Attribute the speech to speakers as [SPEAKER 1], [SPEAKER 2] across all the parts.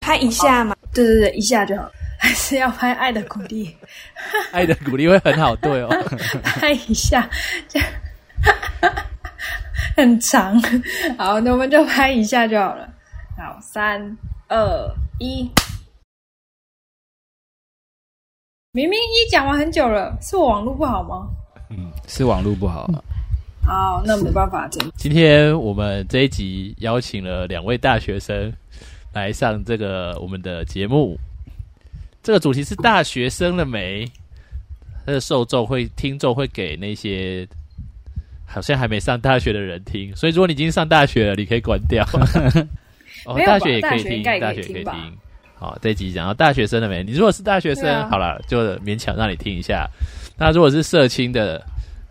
[SPEAKER 1] 拍一下嘛。
[SPEAKER 2] 对对对，一下就好， 还是要拍《爱的鼓 励
[SPEAKER 3] 爱的鼓励会很好 对哦。》，
[SPEAKER 2] 拍一下， 这样很长。好，那我们就拍一下就好了。好，三二一。明明一讲完很久了，是我网络不好吗？
[SPEAKER 3] 嗯，是网络不好。
[SPEAKER 2] 啊好，那没办法，这
[SPEAKER 3] 嗯今天我们这一集邀请了两位大学生来上这个我们的节目，这个主题是大学生了没？它的受众会听众会给那些好像还没上大学的人听，所以如果你已经上大学了，你可以关 掉。哦
[SPEAKER 2] 没，有吧
[SPEAKER 3] 大学也可以
[SPEAKER 2] 大学
[SPEAKER 3] 听，
[SPEAKER 2] 应该也
[SPEAKER 3] 大
[SPEAKER 2] 可以
[SPEAKER 3] 学也可
[SPEAKER 2] 听
[SPEAKER 3] 以
[SPEAKER 2] 吧
[SPEAKER 3] 听。好，这一集讲到大学生了没？你如果是大学生，
[SPEAKER 2] 对啊
[SPEAKER 3] 好了，就勉强让你听一下。那如果是社青的，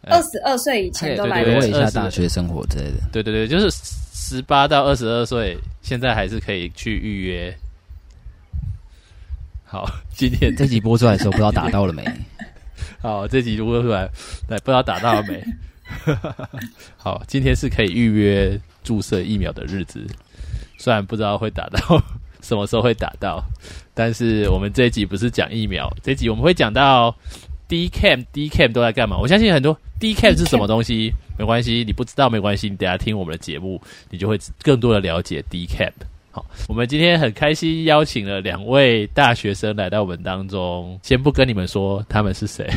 [SPEAKER 3] 呃
[SPEAKER 2] 二十二岁以前都来
[SPEAKER 3] 哎对
[SPEAKER 4] 回
[SPEAKER 2] 得
[SPEAKER 3] 对
[SPEAKER 4] 味
[SPEAKER 2] 及
[SPEAKER 4] 一下大学生活之类的。
[SPEAKER 3] 对对对，就是十八到二十二岁，现在还是可以去预约。好，今天
[SPEAKER 4] 这集播出来的时候，不知道打到了没？
[SPEAKER 3] 好哦这集播出来，对，不知道打到了没？ 好，今天是可以预约注射疫苗的日子，虽然不知道会打到 什么时候会打到，但是我们这一集不是讲疫苗，这一集我们会讲到 DCAM、DCAM 都在干嘛。我相信很多 DCAM 是什么东西，没关系，你不知道没关系，你等一下听我们的节目，你就会更多的了解 DCAM。好，我们今天很开心邀请了两位大学生来到我们当中，先不跟你们说他们是谁，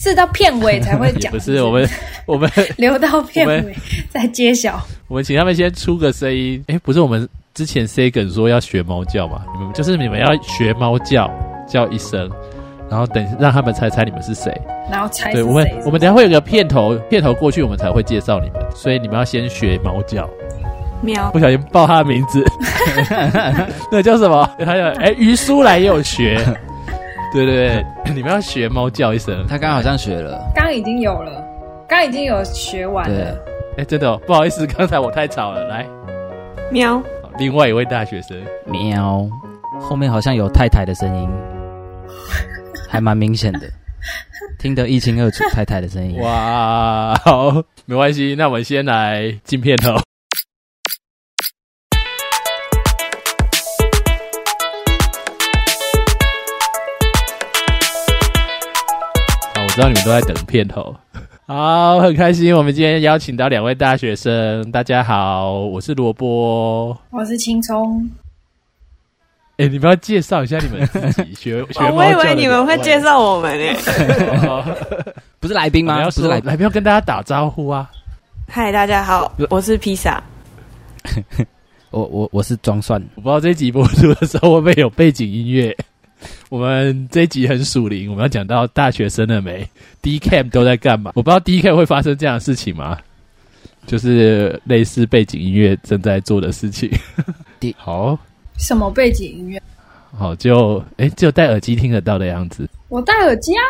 [SPEAKER 2] 是到片尾才会
[SPEAKER 3] 也
[SPEAKER 2] 讲，
[SPEAKER 3] 不是我们我们
[SPEAKER 2] 留到片
[SPEAKER 3] 我
[SPEAKER 2] 尾再揭晓。
[SPEAKER 3] 我们请他们先出个声音。诶，不是我们之前 Sagan 说要学猫叫嘛？你们就是你们要学猫叫，叫一声，然后等让他们猜猜你们是谁。
[SPEAKER 2] 然后哎猜是
[SPEAKER 3] 对，
[SPEAKER 2] 谁
[SPEAKER 3] 我们
[SPEAKER 2] 是
[SPEAKER 3] 我们等一下会有个片头，片头过去我们才会介绍你们，所以你们要先学猫叫。
[SPEAKER 1] 喵，
[SPEAKER 3] 不小心报他的 名字，那叫什么？还有哎，于苏来也有学。对对对，你们要学猫叫一声。
[SPEAKER 4] 他刚刚好像学了，
[SPEAKER 2] 刚刚已经有了，刚刚已经有学完
[SPEAKER 4] 对
[SPEAKER 2] 了。，
[SPEAKER 3] 哎，真的、哦、不好意思， 刚才我太吵了。来，
[SPEAKER 1] 喵，
[SPEAKER 3] 好另外一位大学生，
[SPEAKER 4] 喵，后面好像有太太的声音，还蛮明显的，听得一清二楚，太太的声音。
[SPEAKER 3] 哇，好，没关系，那我们先来进片头。好，我知道你们都在等片头。好，很开心，我们今天邀请到两位大学生。大家好，我是萝卜。
[SPEAKER 2] 我是青葱，
[SPEAKER 3] 哎、你们要介绍一下你们自己学 学
[SPEAKER 1] 哦
[SPEAKER 3] 猫
[SPEAKER 1] 我以
[SPEAKER 3] 叫
[SPEAKER 1] 为
[SPEAKER 3] 的
[SPEAKER 1] 你们会介绍我们欸诶、
[SPEAKER 3] 人哦
[SPEAKER 4] 不是来宾
[SPEAKER 3] 你们
[SPEAKER 4] 吗？
[SPEAKER 3] 要
[SPEAKER 4] 不
[SPEAKER 3] 说
[SPEAKER 4] 是
[SPEAKER 3] 来
[SPEAKER 4] 来宾，
[SPEAKER 3] 宾要跟大家打招呼啊。
[SPEAKER 1] 嗨，大家好，我是披萨。
[SPEAKER 4] 我我我是装蒜，
[SPEAKER 3] 我不知道这一集播出的时候会不会有背景音乐。我们这一集很属灵，我们要讲到大学生了没？D Cam 都在干嘛？我不知道 D Cam 会发生这样的事情吗？就是类似背景音乐正在做的事 情
[SPEAKER 4] D。
[SPEAKER 3] 好
[SPEAKER 2] 什么背景音乐？
[SPEAKER 3] 好就诶，只有戴耳机听得到的样子，
[SPEAKER 2] 我戴耳机啊，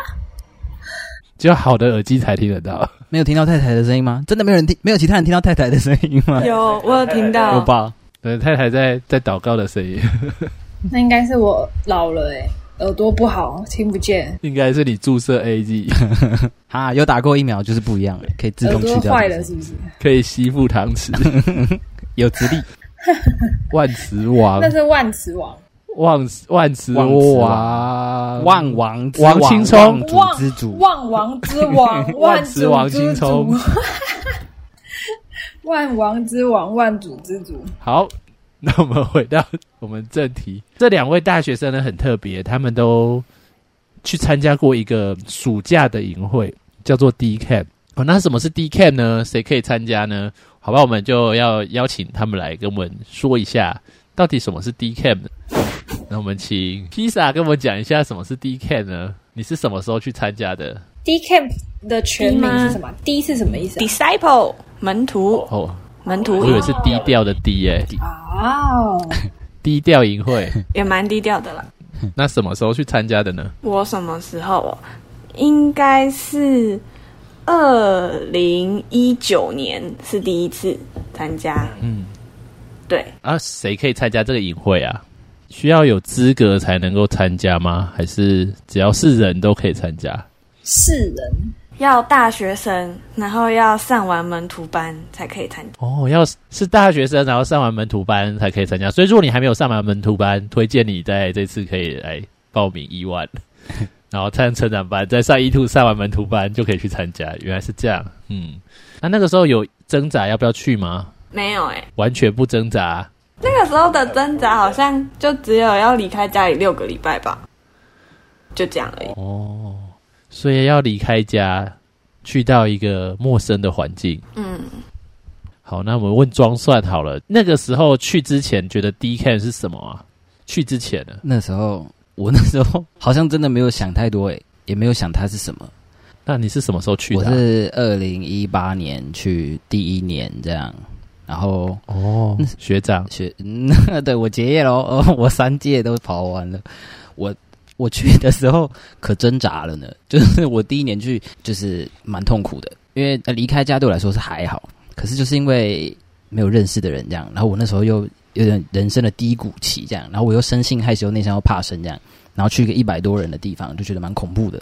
[SPEAKER 3] 只有好的耳机才听得到。
[SPEAKER 4] 没有听到太太的声音吗？真的没有人听，没有其他人听到太太的声音吗？
[SPEAKER 1] 有，我 有听到。
[SPEAKER 4] 有吧？
[SPEAKER 3] 对，太太在在祷告的声音，嗯
[SPEAKER 2] 那应该是我老了哎、耳朵不好，听不见，
[SPEAKER 3] 应该是你注射 A G
[SPEAKER 4] 啊，有打过疫苗就是不一样了，可以自
[SPEAKER 2] 耳
[SPEAKER 4] 动去
[SPEAKER 2] 朵
[SPEAKER 4] 掉。
[SPEAKER 2] 坏了是不是？
[SPEAKER 3] 可以吸附糖匙，
[SPEAKER 4] 有磁力，
[SPEAKER 3] 万磁王
[SPEAKER 2] 那，是万磁王，
[SPEAKER 3] 万磁万磁
[SPEAKER 4] 万磁
[SPEAKER 3] 王，
[SPEAKER 4] 万王之
[SPEAKER 3] 呃王青葱
[SPEAKER 4] 王
[SPEAKER 2] 万
[SPEAKER 4] 主之主，
[SPEAKER 2] 万王之 王，
[SPEAKER 3] 万
[SPEAKER 2] 主
[SPEAKER 3] 磁王
[SPEAKER 2] 之
[SPEAKER 3] 青
[SPEAKER 2] 主
[SPEAKER 3] 葱，。
[SPEAKER 2] 万王之王，万主之主。
[SPEAKER 3] 好， 那我们回到我们正题。这两位大学生呢很特别，他们都去参加过一个暑假的营会，叫做 D Camp。哦，那什么是 D Camp 呢？谁可以参加呢？好吧，我们就要邀请他们来跟我们说一下，到底什么是 D Camp 呢？那我们请披萨跟我们讲一下什么是 D Camp 呢？你是什么时候去参加的？
[SPEAKER 2] D Camp 的全名是什么？D 是什么意思啊
[SPEAKER 1] Disciple 门徒，
[SPEAKER 3] 哦，
[SPEAKER 1] 门
[SPEAKER 3] 我
[SPEAKER 1] 徒
[SPEAKER 3] 以为是低调的低耶、
[SPEAKER 2] 啊？哦，
[SPEAKER 3] 低调营会。
[SPEAKER 1] 也蛮低调的啦。
[SPEAKER 3] 那什么时候去参加的呢？
[SPEAKER 1] 我什么时候、哦？应该是二零一九年是第一次参加。
[SPEAKER 3] 嗯，
[SPEAKER 1] 对，
[SPEAKER 3] 啊，谁可以参加这个营会啊？需要有资格才能够参加吗？还是只要是人都可以参加？
[SPEAKER 2] 世人
[SPEAKER 1] 要大学生，然后要上完门徒班才可以参加。
[SPEAKER 3] 哦，要是是大学生，然后上完门徒班才可以参加。所以如果你还没有上完门徒班，推荐你在这次可以来报名一 万，然后参成长班，再上一 two 上完门徒班就可以去参加。原来是这样，嗯，那那个时候有挣扎要不要去吗？
[SPEAKER 1] 没有哎、
[SPEAKER 3] 完全不挣扎，
[SPEAKER 1] 那个时候的挣扎好像就只有要离开家里六个礼拜吧，就这样而已。
[SPEAKER 3] 所以要离开家，去到一个陌生的环境。
[SPEAKER 1] 嗯，
[SPEAKER 3] 好，那我们问装蒜好了。那个时候去之前觉得 D K 是什么啊？去之前呢？
[SPEAKER 4] 那时候我 那时候好像真的没有想太多，诶，也没有想它是什么。
[SPEAKER 3] 那你是什么时候去
[SPEAKER 4] 我
[SPEAKER 3] 的啊、
[SPEAKER 4] 是二零一八年去第一年这样，然后
[SPEAKER 3] 哦，学长，
[SPEAKER 4] 学， 嗯对我结业喽，哦，我三届都跑完了。我我去的时候可挣扎了呢， 就是我第一年去就是蛮痛苦的，因为呃离开家对我来说是还好，可是就是因为没有认识的人这样，然后我那时候又有点人生的低谷期这样，然后我又生性害羞，内向又怕生这样，然后去一个一百多人的地方就觉得蛮恐怖的，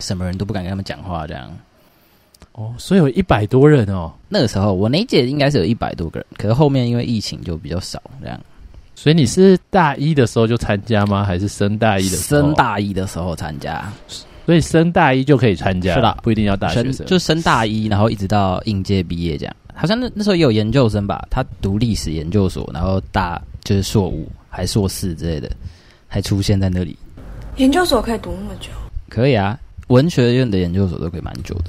[SPEAKER 4] 什么人都不敢跟他们讲话这样。
[SPEAKER 3] 哦，所以有一百多人哦，
[SPEAKER 4] 那个时候我那一届应该是有一百多个人，可是后面因为疫情就比较少这样。
[SPEAKER 3] 所以你是大一的时候就参加吗？还是升大一的时候？
[SPEAKER 4] 升，大一的时候参加，
[SPEAKER 3] 所以升大一就可以参加，
[SPEAKER 4] 是啦
[SPEAKER 3] 不一定要大学生。
[SPEAKER 4] 升就升大一，然后一直到应届毕业这样。好像那那时候也有研究生吧，他读历史研究所，然后大就是硕五还硕四之类的，还出现在那里。
[SPEAKER 1] 研究所可以读那么久，
[SPEAKER 4] 可以啊，文学院的研究所都可以蛮久的。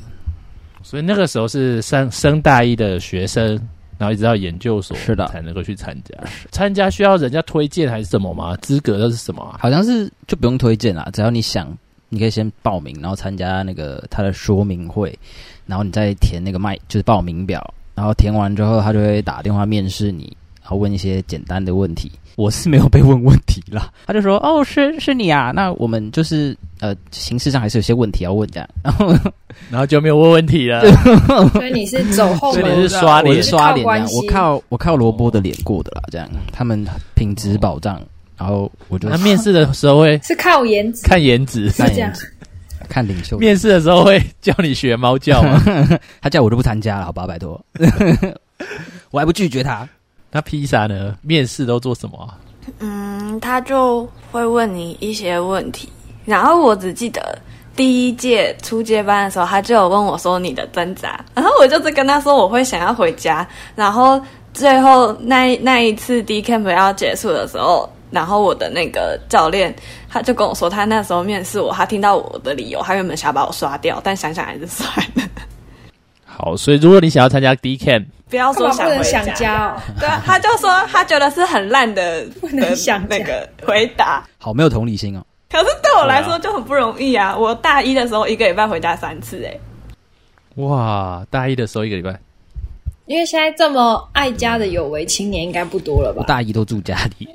[SPEAKER 3] 所以那个时候是升升大一的学生，然后一直到研究所
[SPEAKER 4] 是的
[SPEAKER 3] 才能够去参加。参加需要人家推荐还是什么吗？资格又是什么啊？
[SPEAKER 4] 好像是就不用推荐
[SPEAKER 3] 嗯
[SPEAKER 4] 啦，只要你想，你可以先报名，然后参加那个他的说明会，然后你再填那个卖就是报名表，然后填完之后他就会打电话面试你，然后问一些简单的问题。我是没有被问问题啦，他就说哦是是你啊，那我们就是呃形式上还是有些问题要问这样， 然后
[SPEAKER 3] 然后就没有问问题了。
[SPEAKER 2] 所以你是走后
[SPEAKER 3] 所以
[SPEAKER 2] 门
[SPEAKER 3] 你
[SPEAKER 2] 的，
[SPEAKER 3] 是刷
[SPEAKER 4] 我
[SPEAKER 3] 脸
[SPEAKER 4] 是
[SPEAKER 2] 是
[SPEAKER 4] 刷
[SPEAKER 2] 靠
[SPEAKER 4] 脸这
[SPEAKER 2] 关
[SPEAKER 4] 样，
[SPEAKER 2] 系
[SPEAKER 4] 我靠我靠萝卜的脸过的啦，这样他们品质保障，然后我就
[SPEAKER 3] 那啊面试的时候会
[SPEAKER 2] 是靠颜值，
[SPEAKER 3] 看颜值，
[SPEAKER 2] 是这样。
[SPEAKER 4] 看领袖
[SPEAKER 3] 面试的时候会叫你学猫叫吗？
[SPEAKER 4] 他叫我就不参加了，好吧，拜托， 我还不拒绝他。
[SPEAKER 3] 那披萨呢？面试都做什么啊？
[SPEAKER 1] 嗯，他就会问你一些问题，然后我只记得。第一届初阶班的时候，他就有问我说你的挣扎，然后我就是跟他说我会想要回家，然后最后那一那一次 D camp 要结束的时候，然后我的那个教练他就跟我说，他那时候面试我，他听到我的理由，他原本想把我刷掉，但想想还是算了，
[SPEAKER 3] 好，所以如果你想要参加 D Camp，
[SPEAKER 1] 不要
[SPEAKER 2] 干
[SPEAKER 1] 说
[SPEAKER 2] 嘛
[SPEAKER 1] 想
[SPEAKER 2] 不
[SPEAKER 1] 回
[SPEAKER 2] 能想家哦？
[SPEAKER 1] 对啊，他就说他觉得是很烂的，不
[SPEAKER 2] 能想
[SPEAKER 1] 那个回答。
[SPEAKER 4] 好没有同理心哦，
[SPEAKER 1] 可是对我来
[SPEAKER 3] 对
[SPEAKER 1] 说
[SPEAKER 3] 啊
[SPEAKER 1] 就很不容易啊！我大一的时候一个礼拜回家三次、哎，
[SPEAKER 3] 哇，大一的时候一个礼拜，
[SPEAKER 2] 因为现在这么爱家的有为青年应该不多了
[SPEAKER 4] 我
[SPEAKER 2] 吧？
[SPEAKER 4] 大一都住家里，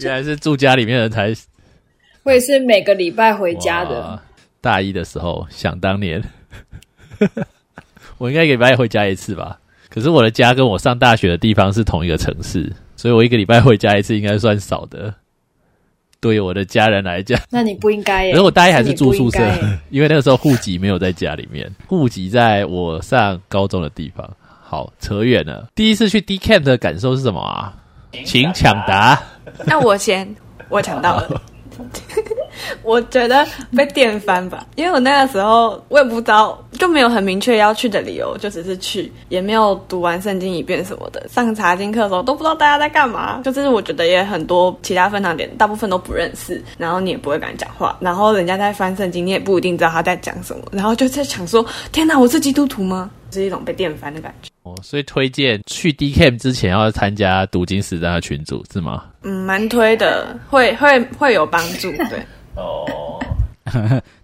[SPEAKER 3] 原来是住家里面的人才
[SPEAKER 2] 我也是每个礼拜回家的
[SPEAKER 3] 哇。大一的时候，想当年， 我应该一个礼拜回家一次吧。可是我的家跟我上大学的地方是同一个城市，所以我一个礼拜回家一次应该算少的。对于我的家人来讲，
[SPEAKER 2] 那你不应该耶。
[SPEAKER 3] 可是我大一还是住
[SPEAKER 2] 你不
[SPEAKER 3] 宿
[SPEAKER 2] 应
[SPEAKER 3] 舍
[SPEAKER 2] 该 耶，
[SPEAKER 3] 因为那个时候户籍没有在家里面，户籍在我上高中的地方。好，扯远了。第一次去 D camp 的感受是什么啊？请抢答。
[SPEAKER 1] 那我先，我抢到了。 我觉得被电翻吧，因为我那个时候我也不知道，就没有很明确要去的理由，就只是去，也没有读完圣经一遍什么的。上查经课的时候都不知道大家在干嘛，就是我觉得也很多其他分堂点大部分都不认识，然后你也不会敢讲话，然后人家在翻圣经，你也不一定知道他在讲什么，然后就在想说：天哪，我是基督徒吗？是一种被电翻的感觉。
[SPEAKER 3] 哦，所以推荐去 D camp 之前要参加读经实战的群组是吗？
[SPEAKER 1] 嗯，蛮推的，会会会有帮助，对。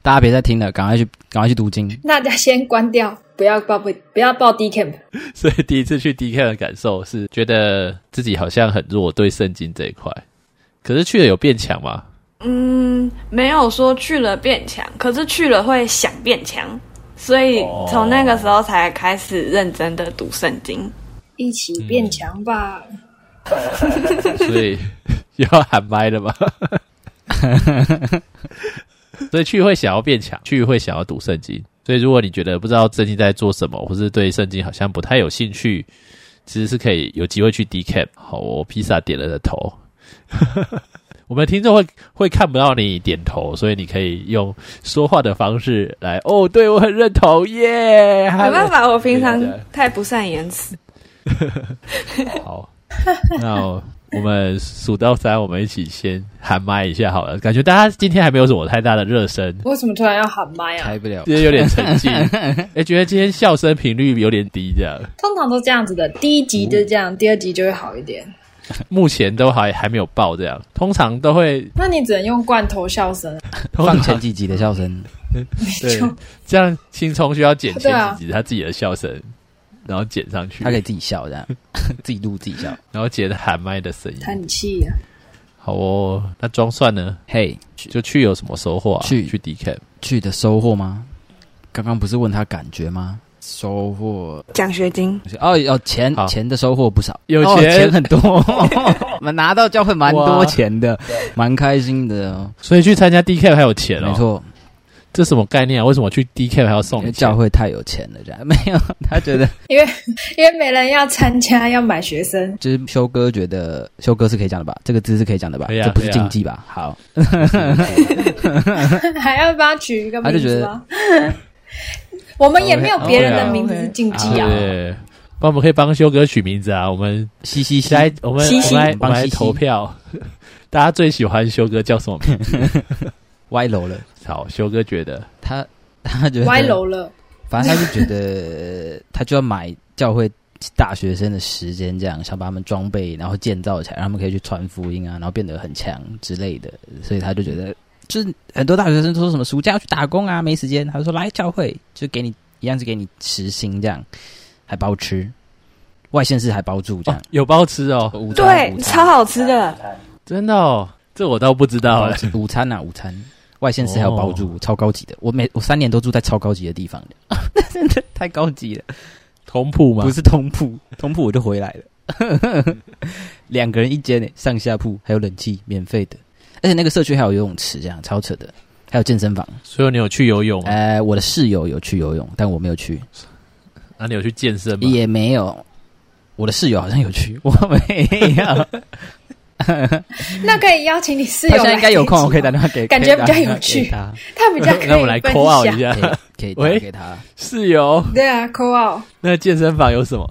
[SPEAKER 4] 大家别再听了，赶快去赶快去读经。
[SPEAKER 2] 大家先关掉，不要报不不要报 D camp。
[SPEAKER 3] 所以第一次去 D camp 的感受是觉得自己好像很弱，对圣经这一块。可是去了有变强吗？
[SPEAKER 1] 嗯，没有说去了变强，可是去了会想变强，所以
[SPEAKER 3] 哦
[SPEAKER 1] 从那个时候才开始认真的读圣经。
[SPEAKER 2] 一起变强吧！
[SPEAKER 3] 所以又要喊麦了吗？ 所以去会想要变强，去会想要读圣经。所以如果你觉得不知道圣经在做什么，或是对圣经好像不太有兴趣，其实是可以有机会去 decap。好，我披萨点了个头。 我们听众会会看不到你点头，所以你可以用说话的方式来哦，对我很认同耶。
[SPEAKER 1] 没办法，我平常
[SPEAKER 3] 对啊
[SPEAKER 1] 太不善言辞。
[SPEAKER 3] 好， 那我我们数到三，我们一起先喊麦一下好了。感觉大家今天还没有什么太大的热身，
[SPEAKER 2] 为什么突然要喊麦啊？
[SPEAKER 4] 开不了
[SPEAKER 3] 今。天有点沉 静，哎、觉得今天笑声频率有点低，这样
[SPEAKER 2] 通常都这样子的，第一集就这样，第二集就会好一点。
[SPEAKER 3] 目前都还还没有爆这样，通常都会
[SPEAKER 2] 那你只能用罐头笑声，
[SPEAKER 3] 通常
[SPEAKER 4] 放前几集的笑声，
[SPEAKER 3] 对，这样青葱需要剪
[SPEAKER 2] 对
[SPEAKER 3] 前
[SPEAKER 2] 啊
[SPEAKER 3] 几集他自己的笑声，然后剪上去
[SPEAKER 4] 他，可以自己笑这样， 自己录自己笑。
[SPEAKER 3] 然后剪喊麦的声音。
[SPEAKER 2] 叹气啊。
[SPEAKER 3] 好哦，那装蒜呢？
[SPEAKER 4] 嘿、
[SPEAKER 3] 就去有什么收获、啊？
[SPEAKER 4] 去
[SPEAKER 3] 去 DK，
[SPEAKER 4] 去的收获吗？刚刚不是问他感觉吗？收获
[SPEAKER 1] 奖学金，
[SPEAKER 4] 哦，有钱
[SPEAKER 3] 好
[SPEAKER 4] 钱的收获不少，
[SPEAKER 3] 有
[SPEAKER 4] 哦
[SPEAKER 3] 钱
[SPEAKER 4] 钱很 多，我们拿到教会蛮多钱的，蛮开心的哦。
[SPEAKER 3] 所以去参加 DK 还有钱哦。
[SPEAKER 4] 没错，
[SPEAKER 3] 这什么概念啊？为什么去 DK 还要送
[SPEAKER 4] 因为
[SPEAKER 3] 你
[SPEAKER 4] 教
[SPEAKER 3] 钱？
[SPEAKER 4] 会太有钱了，这样 没有他觉得
[SPEAKER 2] 因为因为没人要参加，要买学生，
[SPEAKER 4] 就是修哥觉得修哥是可以讲的吧？这个字是可以讲的吧？
[SPEAKER 3] 可以啊
[SPEAKER 4] 这不是
[SPEAKER 3] 可以啊
[SPEAKER 4] 禁忌吧？好，
[SPEAKER 2] 还要帮他取一个
[SPEAKER 4] 他
[SPEAKER 2] 名
[SPEAKER 4] 就觉
[SPEAKER 2] 字
[SPEAKER 4] 得
[SPEAKER 2] 吗？ 我们也没有别人的
[SPEAKER 4] OK，OK，
[SPEAKER 2] 名字是禁忌啊
[SPEAKER 4] 好。
[SPEAKER 3] 对，那我们可以帮修哥取名字啊。我们
[SPEAKER 4] 嘻嘻嘻
[SPEAKER 3] 下，一我们
[SPEAKER 2] 西西
[SPEAKER 3] 我们来我
[SPEAKER 4] 帮
[SPEAKER 3] 们来
[SPEAKER 4] 西西
[SPEAKER 3] 投票， 大家最喜欢修哥叫什么名字？
[SPEAKER 4] 歪楼了，
[SPEAKER 3] 好，修哥觉得
[SPEAKER 4] 他他觉得
[SPEAKER 2] 歪楼了，
[SPEAKER 4] 反正他就觉得 他就要买教会大学生的时间，这样想把他们装备，然后建造起来，让他们可以去传福音啊，然后变得很强之类的。所以他就觉得，就是很多大学生都说什么暑假要去打工啊，没时间。他就说来教会，就给你一样是给你时薪这样，还包吃，外县市还包住这
[SPEAKER 3] 哦
[SPEAKER 4] 样。，
[SPEAKER 3] 有包吃哦，
[SPEAKER 4] 午餐
[SPEAKER 1] 对
[SPEAKER 4] 午，
[SPEAKER 1] 超
[SPEAKER 4] 餐
[SPEAKER 1] 好吃的，
[SPEAKER 3] 真的哦，这我倒不知道
[SPEAKER 4] 包
[SPEAKER 3] 了。
[SPEAKER 4] 吃午餐啊，午餐。外县市还有包住，超高级的。我每我三年都住在超高级的地方的， 真的太高级了。
[SPEAKER 3] 同铺吗？
[SPEAKER 4] 不是通铺，通铺我就回来了。 两个人一间诶，上下铺还有冷气，免费的，而且那个社区还有游泳池，这样超扯的，还有健身房。
[SPEAKER 3] 所以你有去游泳啊？
[SPEAKER 4] 哎、我的室友有去游泳，但我没有去，
[SPEAKER 3] 那啊你有去健身吗？
[SPEAKER 4] 也没有。我的室友好像有去， 我没有。
[SPEAKER 2] 那可以邀请你室友 来这一集吗。
[SPEAKER 4] 他现在应该有空，我可以打电话给，
[SPEAKER 2] 感觉
[SPEAKER 4] 可以打
[SPEAKER 2] 比较有趣
[SPEAKER 4] 给他
[SPEAKER 2] 他 比较可以
[SPEAKER 3] 那我们来
[SPEAKER 2] 分
[SPEAKER 3] call out 一
[SPEAKER 2] 享。
[SPEAKER 3] 下
[SPEAKER 4] 可以哎可以打
[SPEAKER 3] 喂
[SPEAKER 4] 给他。
[SPEAKER 3] 室友。
[SPEAKER 2] 对啊，call out。
[SPEAKER 3] 那健身房有什么？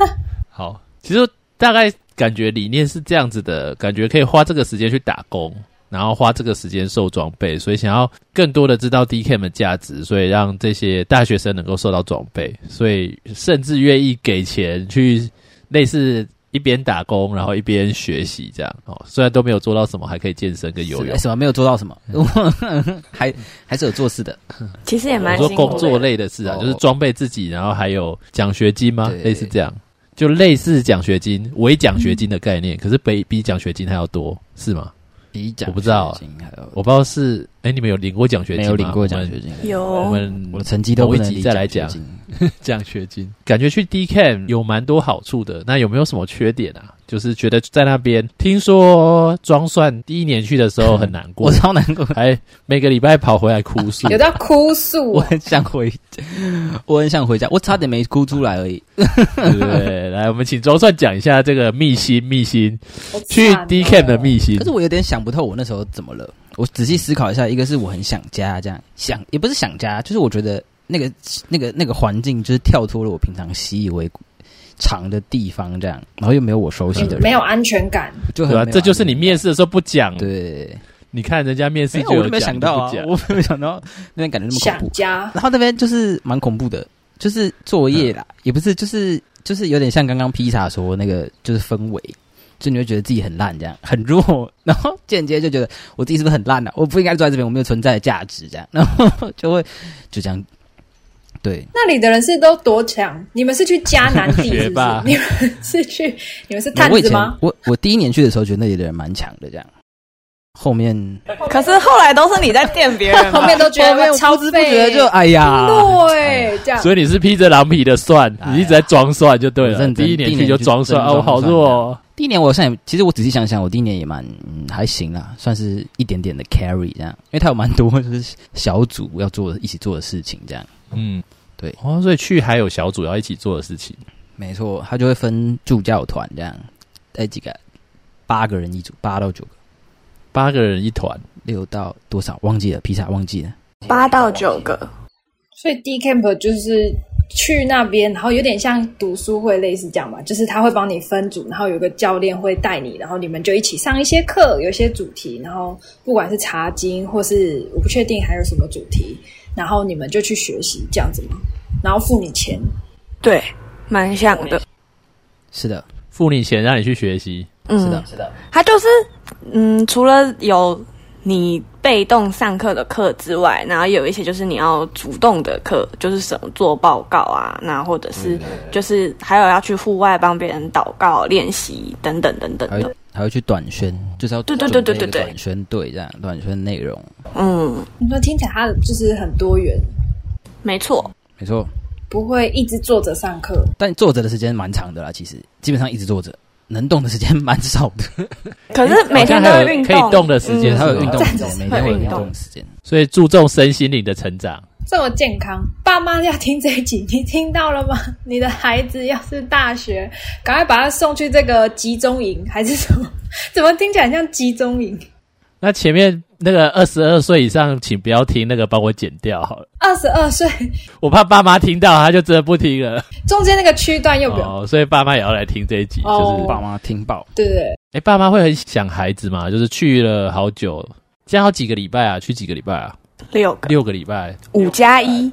[SPEAKER 3] 好，其实大概感觉理念是这样子的，感觉可以花这个时间去打工，然后花这个时间售装备，所以想要更多的知道 DKM 的价值，所以让这些大学生能够受到装备，所以甚至愿意给钱去类似。一边打工，然后一边学习，这样哦。虽然都没有做到什么，还可以健身跟游
[SPEAKER 4] 是
[SPEAKER 3] 泳
[SPEAKER 4] 哎。什么没有做嗯到什么， 还还是有做事的。
[SPEAKER 1] 其实也蛮
[SPEAKER 3] 我
[SPEAKER 1] 辛
[SPEAKER 3] 说
[SPEAKER 1] 苦
[SPEAKER 3] 工
[SPEAKER 1] 的。
[SPEAKER 3] 作类的事啊，
[SPEAKER 4] 哦
[SPEAKER 3] 就是装备自己，然后还有奖学金吗？
[SPEAKER 4] 对
[SPEAKER 3] 类似这样，就类似奖学金、伪奖学金的概
[SPEAKER 4] 嗯
[SPEAKER 3] 念，可是比比奖学金还要多，是吗？
[SPEAKER 4] 比奖
[SPEAKER 3] 我不知道
[SPEAKER 4] 啊学金还有
[SPEAKER 3] 我不知道是，哎、你们有领过奖学金吗？
[SPEAKER 4] 没有领过奖学金？
[SPEAKER 3] 我
[SPEAKER 1] 有
[SPEAKER 3] 们。我
[SPEAKER 4] 我
[SPEAKER 3] 们
[SPEAKER 4] 的成绩都不能
[SPEAKER 3] 某一集
[SPEAKER 4] 理
[SPEAKER 3] 再来
[SPEAKER 4] 奖学
[SPEAKER 3] 讲
[SPEAKER 4] 金
[SPEAKER 3] 奖学金，感觉去 DCAM 有蛮多好处的。那有没有什么缺点啊？就是觉得在那边，听说装蒜第一年去的时候很难过
[SPEAKER 4] 我，超难过，
[SPEAKER 3] 还每个礼拜跑回来哭
[SPEAKER 4] 嗯
[SPEAKER 3] 诉
[SPEAKER 2] 有。到哭诉
[SPEAKER 4] 我
[SPEAKER 2] 啊，
[SPEAKER 4] 很想回，我很想回家，我差点没哭出来而已。
[SPEAKER 3] 对不对，来，我们请装蒜讲一下这个秘辛，秘辛
[SPEAKER 2] 我
[SPEAKER 3] 去
[SPEAKER 2] 惨了啊
[SPEAKER 3] DCAM 的秘辛
[SPEAKER 4] 可。是我有点想不透我那时候怎么了。我仔细思考一下，一个是我很想家，这样想也不是想家，就是我觉得那个那个那个环境就是跳脱了我平常习以为常的地方，这样，然后又没有我熟悉的人，
[SPEAKER 2] 嗯没有安全感。
[SPEAKER 4] 就很
[SPEAKER 3] 对
[SPEAKER 4] 没
[SPEAKER 3] 啊，
[SPEAKER 4] 有
[SPEAKER 3] 这就是
[SPEAKER 4] 安
[SPEAKER 3] 你
[SPEAKER 4] 全感
[SPEAKER 3] 面试的时候不讲。
[SPEAKER 4] 对，
[SPEAKER 3] 你看人家面试
[SPEAKER 4] 没有
[SPEAKER 3] 就
[SPEAKER 4] 我
[SPEAKER 3] 有
[SPEAKER 4] 就没
[SPEAKER 3] 讲，
[SPEAKER 4] 想到
[SPEAKER 3] 你，
[SPEAKER 4] 啊
[SPEAKER 3] 不讲
[SPEAKER 4] 我没有想到那边感觉那么恐
[SPEAKER 2] 想
[SPEAKER 4] 怖。
[SPEAKER 2] 家，
[SPEAKER 4] 然后那边就是蛮恐怖的，就是作业啦，也不是，就是就是有点像刚刚披萨说那个，就是氛围，就你会觉得自己很烂，这样很弱，然后间接就觉得我自己是不是很烂啊？我不应该坐在这边，我没有存在的价值，这样，然后就会就这样，对，
[SPEAKER 2] 那里的人是都多强？你们是去迦南 地
[SPEAKER 3] 学
[SPEAKER 2] 是不
[SPEAKER 3] 霸
[SPEAKER 2] 是？你们是去你们是
[SPEAKER 4] 我
[SPEAKER 2] 探
[SPEAKER 4] 以
[SPEAKER 2] 子
[SPEAKER 4] 前
[SPEAKER 2] 吗？
[SPEAKER 4] 我我第一年去的时候觉得那里的人蛮强的，这样，后面
[SPEAKER 1] 可是后来都是你在垫别 人吧，
[SPEAKER 2] 后面都觉得
[SPEAKER 4] 后面
[SPEAKER 2] 他超
[SPEAKER 4] 我不知不觉
[SPEAKER 2] 废
[SPEAKER 4] 就哎呀，
[SPEAKER 2] 对，这样。
[SPEAKER 3] 所以你是披着狼皮的算，你一直在装算就对
[SPEAKER 4] 哎我
[SPEAKER 3] 了。
[SPEAKER 4] 认真
[SPEAKER 3] 第一年去就装算，
[SPEAKER 4] 第一年
[SPEAKER 3] 哦，
[SPEAKER 4] 就
[SPEAKER 3] 我好弱哦。
[SPEAKER 4] 第一年我算也，其实我仔细想想，我第一年也蛮、嗯、还行啦，算是一点点的 carry 这样，因为它有蛮多就是小组要做的一起做的事情这样。
[SPEAKER 3] 嗯，
[SPEAKER 4] 对
[SPEAKER 3] 哦，所以去还有小组要一起做的事情。
[SPEAKER 4] 没错，它就会分助教团这样，哎几个，八个人一组，八到九个，
[SPEAKER 3] 八个人一团，
[SPEAKER 4] 六到多少忘记了，披萨忘记了。
[SPEAKER 1] 八到九个，
[SPEAKER 2] 所以 D camp 就是去那边，然后有点像读书会类似这样嘛，就是他会帮你分组，然后有个教练会带你，然后你们就一起上一些课，有一些主题，然后不管是查经或是我不确定还有什么主题，然后你们就去学习这样子嘛，然后付你钱。
[SPEAKER 1] 对，蛮像的。
[SPEAKER 4] 是的，
[SPEAKER 3] 付你钱让你去学习。
[SPEAKER 1] 嗯，
[SPEAKER 4] 是的，是的，
[SPEAKER 1] 它就是，嗯，除了有你被动上课的课之外，然后有一些就是你要主动的课，就是什么做报告啊，那或者
[SPEAKER 3] 嗯
[SPEAKER 1] 是就是还有要去户外帮别人祷告、练习等等等等
[SPEAKER 4] 还
[SPEAKER 1] 的
[SPEAKER 3] 哎
[SPEAKER 4] 会。还会去短宣，就是要
[SPEAKER 1] 对对对对
[SPEAKER 4] 准备一个
[SPEAKER 1] 对对
[SPEAKER 4] 短宣队这样，短宣内容
[SPEAKER 1] 嗯，
[SPEAKER 2] 你说听起来它就是很多元，
[SPEAKER 1] 没错，
[SPEAKER 4] 没错。
[SPEAKER 2] 不会一直坐着上课。
[SPEAKER 4] 但坐着的时间蛮长的啦，其实基本上一直坐着，能动的时间蛮少的。
[SPEAKER 1] 可是每天都
[SPEAKER 3] 哎好像
[SPEAKER 1] 会
[SPEAKER 3] 还有
[SPEAKER 1] 运
[SPEAKER 3] 可
[SPEAKER 1] 动，嗯
[SPEAKER 3] 以动的时
[SPEAKER 4] 对，
[SPEAKER 3] 间，
[SPEAKER 4] 还
[SPEAKER 3] 还
[SPEAKER 4] 有运动时
[SPEAKER 2] 站着
[SPEAKER 4] 间，每
[SPEAKER 1] 会
[SPEAKER 4] 天会有
[SPEAKER 1] 运
[SPEAKER 4] 运
[SPEAKER 1] 动
[SPEAKER 4] 动时间。
[SPEAKER 3] 所以注重身心灵的成长。
[SPEAKER 2] 这么健康，爸妈要听这一集， 你听到了吗？你的孩子要是大学，赶快把他送去这个集中营还是什么？ 怎么听起来很像集中营？
[SPEAKER 3] 那前面那个二十二岁以上，请不要听那个，帮我剪掉好了，
[SPEAKER 2] 二十二岁
[SPEAKER 3] 我怕爸妈听到，他就真的不听了。
[SPEAKER 2] 中间那个区段又不用，
[SPEAKER 3] 哦，所以爸妈也要来听这一集，就
[SPEAKER 2] 哦
[SPEAKER 3] 是
[SPEAKER 4] 爸妈听报，
[SPEAKER 2] 对不对？
[SPEAKER 3] 哎、爸妈会很想孩子嘛？就是去了好久，这样要几个礼拜啊？去几个礼拜啊？
[SPEAKER 1] 六个
[SPEAKER 3] 六个礼拜。
[SPEAKER 1] 五加一，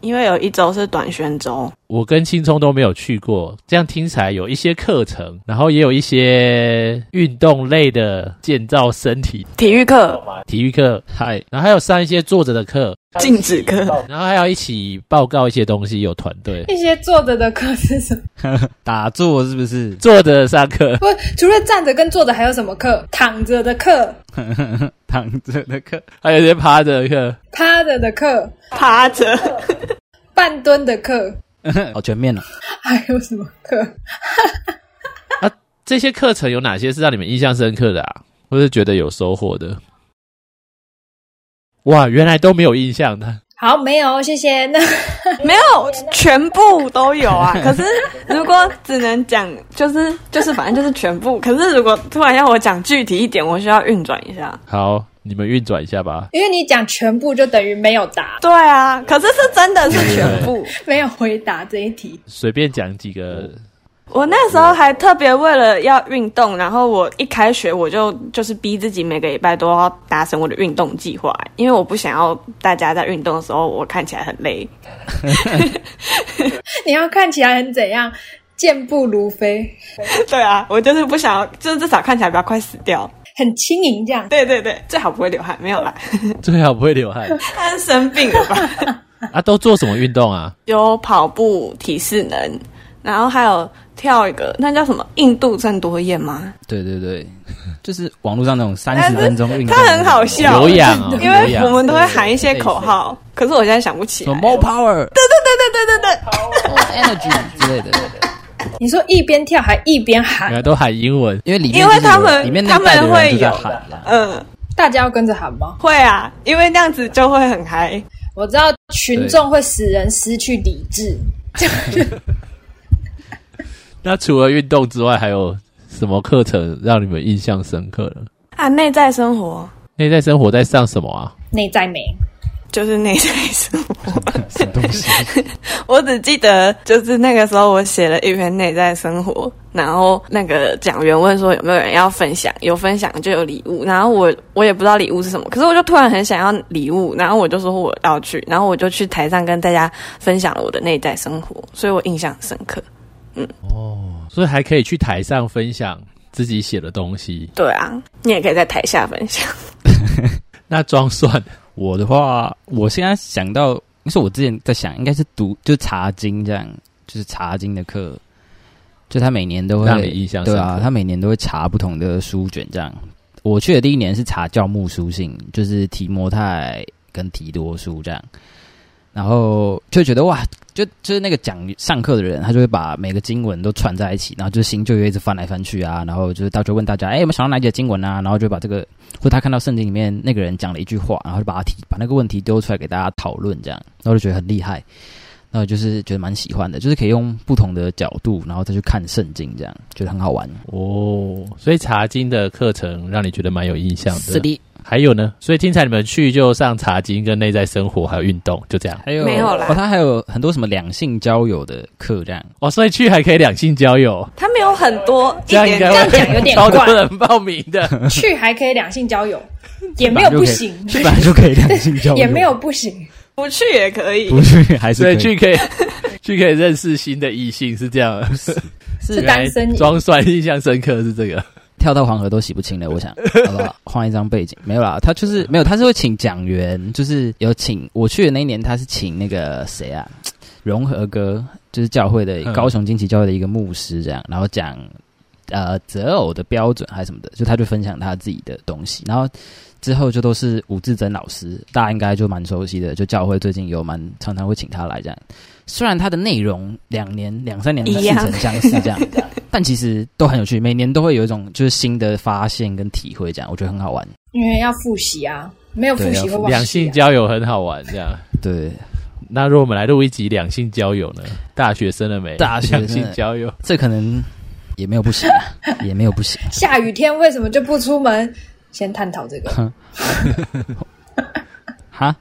[SPEAKER 1] 因为有一周是短宣周，
[SPEAKER 3] 我跟青葱都没有去过，这样听起来有一些课程，然后也有一些运动类的建造身体
[SPEAKER 1] 体育课、
[SPEAKER 3] 体育课，
[SPEAKER 4] 嗨，
[SPEAKER 3] 然后还有上一些坐着的课，
[SPEAKER 1] 静止课，
[SPEAKER 3] 然后还要一起报告一些东西，有团队
[SPEAKER 2] 一些坐着的课是什么？
[SPEAKER 4] 打坐是不是？
[SPEAKER 3] 坐着上课，
[SPEAKER 2] 不，除了站着跟坐着还有什么课？躺着的课，
[SPEAKER 4] 躺着的 课，
[SPEAKER 3] 还有一些趴着的课。
[SPEAKER 2] 趴着的课，
[SPEAKER 1] 趴着，
[SPEAKER 2] 半蹲的课，
[SPEAKER 4] 好哦全面了。
[SPEAKER 2] 还有什么课？
[SPEAKER 3] 这些课程有哪些是让你们印象深刻的啊？或是觉得有收获的？哇，原来都没有印象的。
[SPEAKER 2] 好，没有，谢谢。那
[SPEAKER 1] 没有全部都有 啊。可是如果只能讲，就是就是反正就是全部。可是如果突然要我讲具体一点，我需要运转一下。
[SPEAKER 3] 好，你们运转一下吧。
[SPEAKER 2] 因为你讲全部就等于没有答，
[SPEAKER 1] 对啊，可是是真的是全部。
[SPEAKER 2] 没有回答这一题。
[SPEAKER 3] 随便讲几个，
[SPEAKER 1] 我那时候还特别为了要运动，然后我一开学我就就是逼自己每个礼拜都要达成我的运动计划，因为我不想要大家在运动的时候我看起来很累。
[SPEAKER 2] 你要看起来很怎样？健步如飞，
[SPEAKER 1] 对啊，我就是不想要，就是至少看起来不要快死掉。
[SPEAKER 2] 很轻盈这样。
[SPEAKER 1] 对对对，最好不会流汗，没有啦，
[SPEAKER 3] 最好不会流汗
[SPEAKER 1] 但生病了吧。
[SPEAKER 3] 啊。都做什么运动啊？
[SPEAKER 1] 有跑步、体适能，然后还有跳一个，那叫什么印度郑多燕吗？
[SPEAKER 4] 对对对，就是网络上那种三
[SPEAKER 1] 但
[SPEAKER 4] 十
[SPEAKER 1] 是
[SPEAKER 4] 分钟运动，
[SPEAKER 1] 它很好笑
[SPEAKER 3] 有氧啊，
[SPEAKER 1] 因
[SPEAKER 3] 有
[SPEAKER 1] 为
[SPEAKER 3] 氧
[SPEAKER 1] 我们都会喊一些口号，可是我现在想不起
[SPEAKER 4] 什
[SPEAKER 1] 来。
[SPEAKER 4] 么 more power
[SPEAKER 1] 对对对对对对对，
[SPEAKER 4] more energy 之类的，
[SPEAKER 2] 你说一边跳还一边
[SPEAKER 3] 原
[SPEAKER 2] 喊，
[SPEAKER 3] 来都喊英文。
[SPEAKER 4] 因为里面
[SPEAKER 1] 因为
[SPEAKER 4] 就是有
[SPEAKER 1] 他们
[SPEAKER 4] 里面那代的人就在喊啦，
[SPEAKER 1] 嗯，
[SPEAKER 2] 大家要跟着喊吗？
[SPEAKER 1] 会啊，因为那样子就会很嗨。
[SPEAKER 2] 我知道群众会使人失去理智，
[SPEAKER 3] 那除了运动之外，还有什么课程让你们印象深刻的？
[SPEAKER 1] 啊，内在生活
[SPEAKER 3] 内在生活在上什么啊？
[SPEAKER 2] 内在 美。
[SPEAKER 1] 就是内在生活。
[SPEAKER 4] 什么东西？
[SPEAKER 1] 我只记得就是那个时候我写了一篇内在生活，然后那个讲员问说有没有人要分享，有分享就有礼物，然后我我也不知道礼物是什么，可是我就突然很想要礼物，然后我就说我要去，然后我就去台上跟大家分享了我的内在生活，所以我印象很深刻。
[SPEAKER 3] 所以还可以去台上分享自己写的东西。
[SPEAKER 1] 对啊，你也可以在台下分享。
[SPEAKER 3] 那装蒜
[SPEAKER 4] 我的话，我现在想到，因为我之前在想，应该是读就是茶经这样，就是茶经的课，就他每年都会
[SPEAKER 3] 让你印象深
[SPEAKER 4] 对啊
[SPEAKER 3] 刻
[SPEAKER 4] 啊，他每年都会查不同的书卷这样。我去的第一年是查教牧书信，就是提摩太跟提多书这样，然后就觉得哇，就就是那个讲上课的人，他就会把每个经文都串在一起，然后就是新旧约一直翻来翻去啊，然后就是到处问大家，哎、有没有想到哪节经文啊？然后就把这个或他看到圣经里面那个人讲了一句话，然后就把他提把那个问题丢出来给大家讨论这样，然后就觉得很厉害。然后就是觉得蛮喜欢的，就是可以用不同的角度，然后再去看圣经，这样觉得很好玩。
[SPEAKER 3] 哦，所以茶经的课程让你觉得蛮有印象的。
[SPEAKER 4] 是的，
[SPEAKER 3] 还有呢，所以听起来你们去就上茶经跟内在生活还有运动，就这样。
[SPEAKER 4] 还有
[SPEAKER 1] 没有啦
[SPEAKER 4] 哦，他还有很多什么两性交友的课这样。
[SPEAKER 3] 哦，所以去还可以两性交友，
[SPEAKER 1] 他们有很多一
[SPEAKER 3] 这样应
[SPEAKER 1] 点
[SPEAKER 2] 这
[SPEAKER 3] 该
[SPEAKER 2] 样
[SPEAKER 3] 会
[SPEAKER 2] 讲有点
[SPEAKER 3] 超多
[SPEAKER 2] 怪
[SPEAKER 3] 人报名的。
[SPEAKER 2] 去还可以两性交友，也没有不 行，
[SPEAKER 4] 本来就可以两性交友，
[SPEAKER 2] 也没有不行。
[SPEAKER 1] 不去也可以，
[SPEAKER 4] 不去还是
[SPEAKER 3] 所
[SPEAKER 4] 可
[SPEAKER 3] 以
[SPEAKER 4] 以
[SPEAKER 3] 去可以去可以认识新的异性，是这样。是
[SPEAKER 2] 单身
[SPEAKER 3] 原来装帅，印象深刻是这个。
[SPEAKER 4] 跳到黄河都洗不清了，我想，好不好？换一张背景，没有啦，他就是没有，他是会请讲员，就是有请我去的那一年，他是请那个谁啊，融合哥，就是教会的
[SPEAKER 3] 嗯
[SPEAKER 4] 高雄金旗教会的一个牧师这样，然后讲呃择偶的标准还是什么的，就他就分享他自己的东西，然后之后就都是吴志珍老师，大家应该就蛮熟悉的，就教会最近有蛮常常会请他来这样。虽然他的内容两年、两三年的
[SPEAKER 1] 一
[SPEAKER 4] 似
[SPEAKER 1] 样
[SPEAKER 4] 曾相识这样，但其实都很有趣，每年都会有一种就是新的发现跟体会，这样我觉得很好玩。
[SPEAKER 2] 因为要复习啊，没有复习
[SPEAKER 4] 对
[SPEAKER 2] 会
[SPEAKER 4] 要
[SPEAKER 2] 忘
[SPEAKER 4] 复
[SPEAKER 2] 记、啊。
[SPEAKER 3] 两性交友很好玩，这样。
[SPEAKER 4] 对，
[SPEAKER 3] 那如果我们来录一集两性交友呢？大学生了没？
[SPEAKER 4] 大学生
[SPEAKER 3] 两性交友，
[SPEAKER 4] 这可能也没有不行、啊，也没有不行。
[SPEAKER 2] 下雨天为什么就不出门？先探讨这个。
[SPEAKER 4] 哈，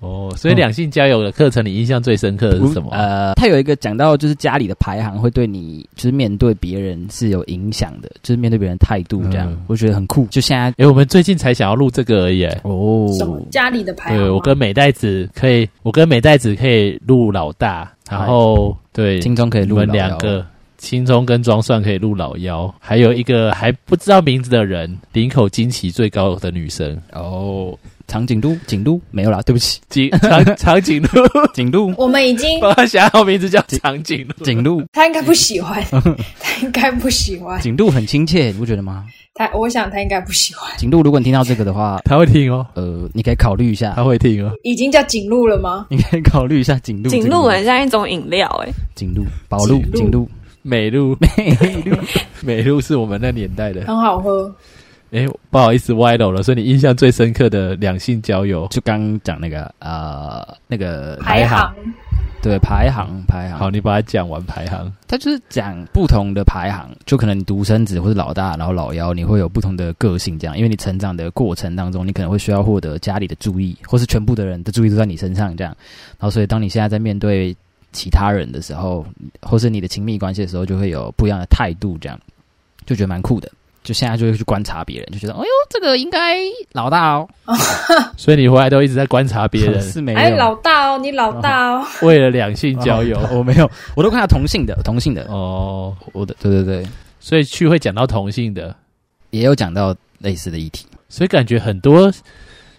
[SPEAKER 3] 哦，所以两性交友的课程，你印象最深刻的是什么？啊
[SPEAKER 4] 呃，他有一个讲到，就是家里的排行会对你，就是面对别人是有影响的，就是面对别人态度这样，
[SPEAKER 3] 嗯
[SPEAKER 4] 我觉得很酷。就现在
[SPEAKER 3] 哎诶，我们最近才想要录这个而已。诶
[SPEAKER 4] 哦，
[SPEAKER 2] 什么家里的排行
[SPEAKER 3] 对，
[SPEAKER 2] 吗
[SPEAKER 3] 我跟美代子可以，我跟美代子可以录老大，然后对，
[SPEAKER 4] 轻松可以
[SPEAKER 3] 你
[SPEAKER 4] 录
[SPEAKER 3] 们
[SPEAKER 4] 老
[SPEAKER 3] 两
[SPEAKER 4] 幺
[SPEAKER 3] 个，青葱跟装蒜可以录老幺，还有一个还不知道名字的人，领口惊奇最高的女生，
[SPEAKER 4] 哦，长颈鹿，颈鹿没有啦，对不起，
[SPEAKER 3] 颈长 长颈鹿，
[SPEAKER 4] 颈鹿，
[SPEAKER 2] 我们已 经，
[SPEAKER 3] 我想好名字叫长颈鹿。
[SPEAKER 4] 颈鹿，
[SPEAKER 2] 他应该不喜欢，他应该不喜欢，
[SPEAKER 4] 颈鹿很亲切，你不觉得吗？
[SPEAKER 2] 他我想他应该不喜欢。
[SPEAKER 4] 颈鹿，如果你听到这个的话，
[SPEAKER 3] 他会听哦，
[SPEAKER 4] 呃，你可以考虑一下
[SPEAKER 3] 他，会听哦。
[SPEAKER 2] 已经叫景路了吗？
[SPEAKER 4] 你可以考虑一下颈鹿，哎
[SPEAKER 1] 景
[SPEAKER 4] 这
[SPEAKER 1] 路
[SPEAKER 4] 个名
[SPEAKER 1] 很像一种饮料、欸，
[SPEAKER 4] 字，颈鹿，宝鹿，
[SPEAKER 2] 颈
[SPEAKER 4] 颈鹿，
[SPEAKER 3] 美露，美露，美露是我们那年代的。
[SPEAKER 2] 很好喝，
[SPEAKER 3] 诶，哎不好意思，歪楼了。所以你印象最深刻的两性交友，
[SPEAKER 4] 就刚讲那个呃，那个
[SPEAKER 2] 排
[SPEAKER 3] 行
[SPEAKER 2] 行
[SPEAKER 4] 对排行排行
[SPEAKER 3] 好，，你把它讲完排行。
[SPEAKER 4] 它就是讲不同的排行，就可能你独生子或者老大，然后老幺，你会有不同的个性，这样，因为你成长的过程当中，你可能会需要获得家里的注意，或是全部的人的注意都在你身上，这样，然后所以当你现在在面对其他人的时候，或是你的亲密关系的时候，就会有不一样的态度，这样，就觉得蛮酷的。就现在就会去观察别人，就觉得，哎呦，这个应该老大哦，
[SPEAKER 3] 所以你回来都一直在观察别人，
[SPEAKER 4] 是没有，
[SPEAKER 2] 哎，老大哦，你老大哦，
[SPEAKER 3] 为了两性交友。
[SPEAKER 4] 我没有，我都看到同性的，同性的，
[SPEAKER 3] 哦，
[SPEAKER 4] 我的，对对对，
[SPEAKER 3] 所以去会讲到同性的，
[SPEAKER 4] 也有讲到类似的议题。
[SPEAKER 3] 所以感觉很多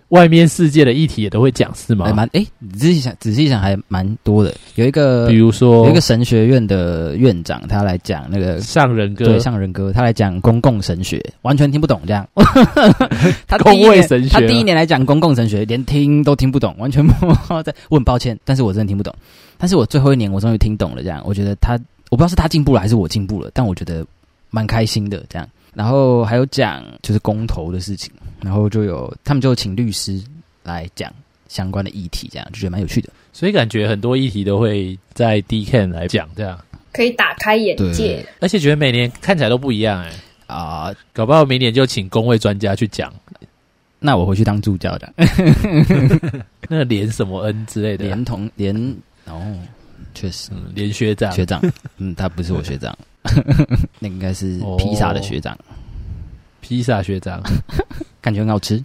[SPEAKER 3] 外面世界的议题也都会讲，是吗
[SPEAKER 4] 还？蛮哎，你仔细想，仔细想还蛮多的。有一个
[SPEAKER 3] 比如说
[SPEAKER 4] 有一个神学院的院长，他来讲那个
[SPEAKER 3] 上人哥
[SPEAKER 4] 对，上人哥，他来讲公共神学，完全听不懂这样。 他
[SPEAKER 3] 公
[SPEAKER 4] 第一
[SPEAKER 3] 卫
[SPEAKER 4] 年
[SPEAKER 3] 神学
[SPEAKER 4] 他第一年来讲公共神学，连听都听不懂，完全不在。我很抱歉，但是我真的听不懂。但是我最后一年我终于听懂了，这样我觉得他，我不知道是他进步了还是我进步了，但我觉得蛮开心的这样。然后还有讲就是公投的事情，然后就有他们就请律师来讲相关的议题，这样就觉得蛮有趣的。
[SPEAKER 3] 所以感觉很多议题都会在 D K 来讲这样，
[SPEAKER 2] 可以打开眼
[SPEAKER 4] 对
[SPEAKER 2] 界。
[SPEAKER 3] 而且觉得每年看起来都不一样哎、
[SPEAKER 4] 啊、
[SPEAKER 3] 搞不好明年就请工位专家去讲
[SPEAKER 4] 那我回去当助教的，
[SPEAKER 3] 那个连什么恩之类的，啊
[SPEAKER 4] 连同连哦，确实。
[SPEAKER 3] 嗯连学长
[SPEAKER 4] 学长，嗯，他不是我学长， 那应该是
[SPEAKER 3] 哦
[SPEAKER 4] 披萨的学长，
[SPEAKER 3] 披萨学长
[SPEAKER 4] 感觉很好吃。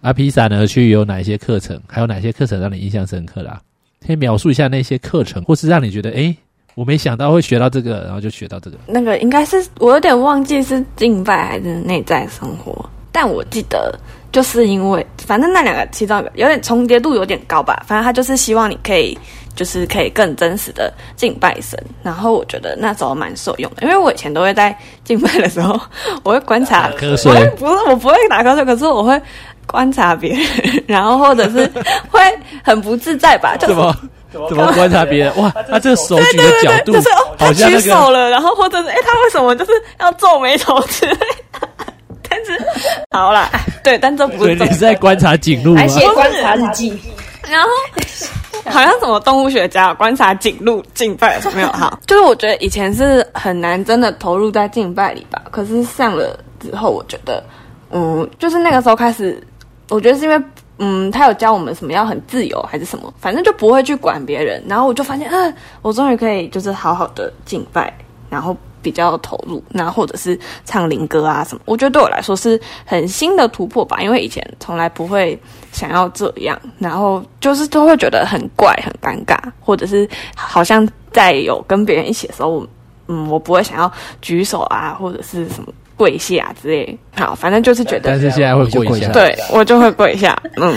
[SPEAKER 3] 啊，披萨呢去有哪一些课程，还有哪些课程让你印象深刻啦、可以描述一下那些课程，或是让你觉得诶，我没想到会学到这个，然后就学到这个。
[SPEAKER 1] 那个应该是我有点忘记是敬拜还是内在生活，但我记得就是因为反正那两个其中一个有点重叠度有点高吧，反正他就是希望你可以就是可以更真实的敬拜神，然后我觉得那时候蛮受用的，因为我以前都会在敬拜的时候，我会观察
[SPEAKER 3] 打瞌
[SPEAKER 1] 我会
[SPEAKER 3] 睡，
[SPEAKER 1] 啊不是我不会打瞌睡，可是我会观察别人，然后或者是 会很不自在吧，就是
[SPEAKER 3] 怎么怎么观察别人？哇，他这个手举的角度
[SPEAKER 1] 就是哦，他
[SPEAKER 3] 好像
[SPEAKER 1] 举
[SPEAKER 3] 那
[SPEAKER 1] 手
[SPEAKER 3] 个
[SPEAKER 1] 了，然后或者是哎、他为什么就是要皱眉头之类的？但是好啦，哎对，但这不
[SPEAKER 3] 对， 你
[SPEAKER 1] 是重
[SPEAKER 3] 是
[SPEAKER 1] 点。
[SPEAKER 3] 在观察景路吗啊
[SPEAKER 2] 还？写观察日记，
[SPEAKER 1] 然后好像什么动物学家观察颈鹿敬拜没有好， 就是我觉得以前是很难真的投入在敬拜里吧。可是上了之后，我觉得嗯，就是那个时候开始，我觉得是因为。嗯，他有教我们什么要很自由还是什么，反正就不会去管别人。然后我就发现，嗯、我终于可以就是好好的敬拜，然后比较投入，那或者是唱灵歌啊什么，我觉得对我来说是很新的突破吧，因为以前从来不会想要这样，然后就是都会觉得很怪、很尴尬，或者是好像在有跟别人一起的时候，我嗯，我不会想要举手啊，或者是什么跪下啊之类。好，反正就是觉得
[SPEAKER 3] 但是现在会过一下，
[SPEAKER 1] 对我就会跪下，嗯，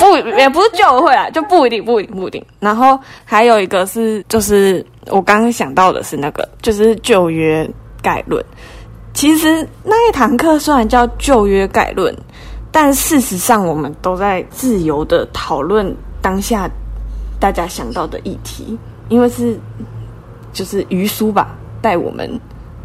[SPEAKER 1] 不也不是就会啊，就不一定不一定不一定。然后还有一个是，就是我刚刚想到的是那个，就是旧约概论。其实那一堂课虽然叫旧约概论，但事实上我们都在自由的讨论当下大家想到的议题，因为是就是于叔吧带我们。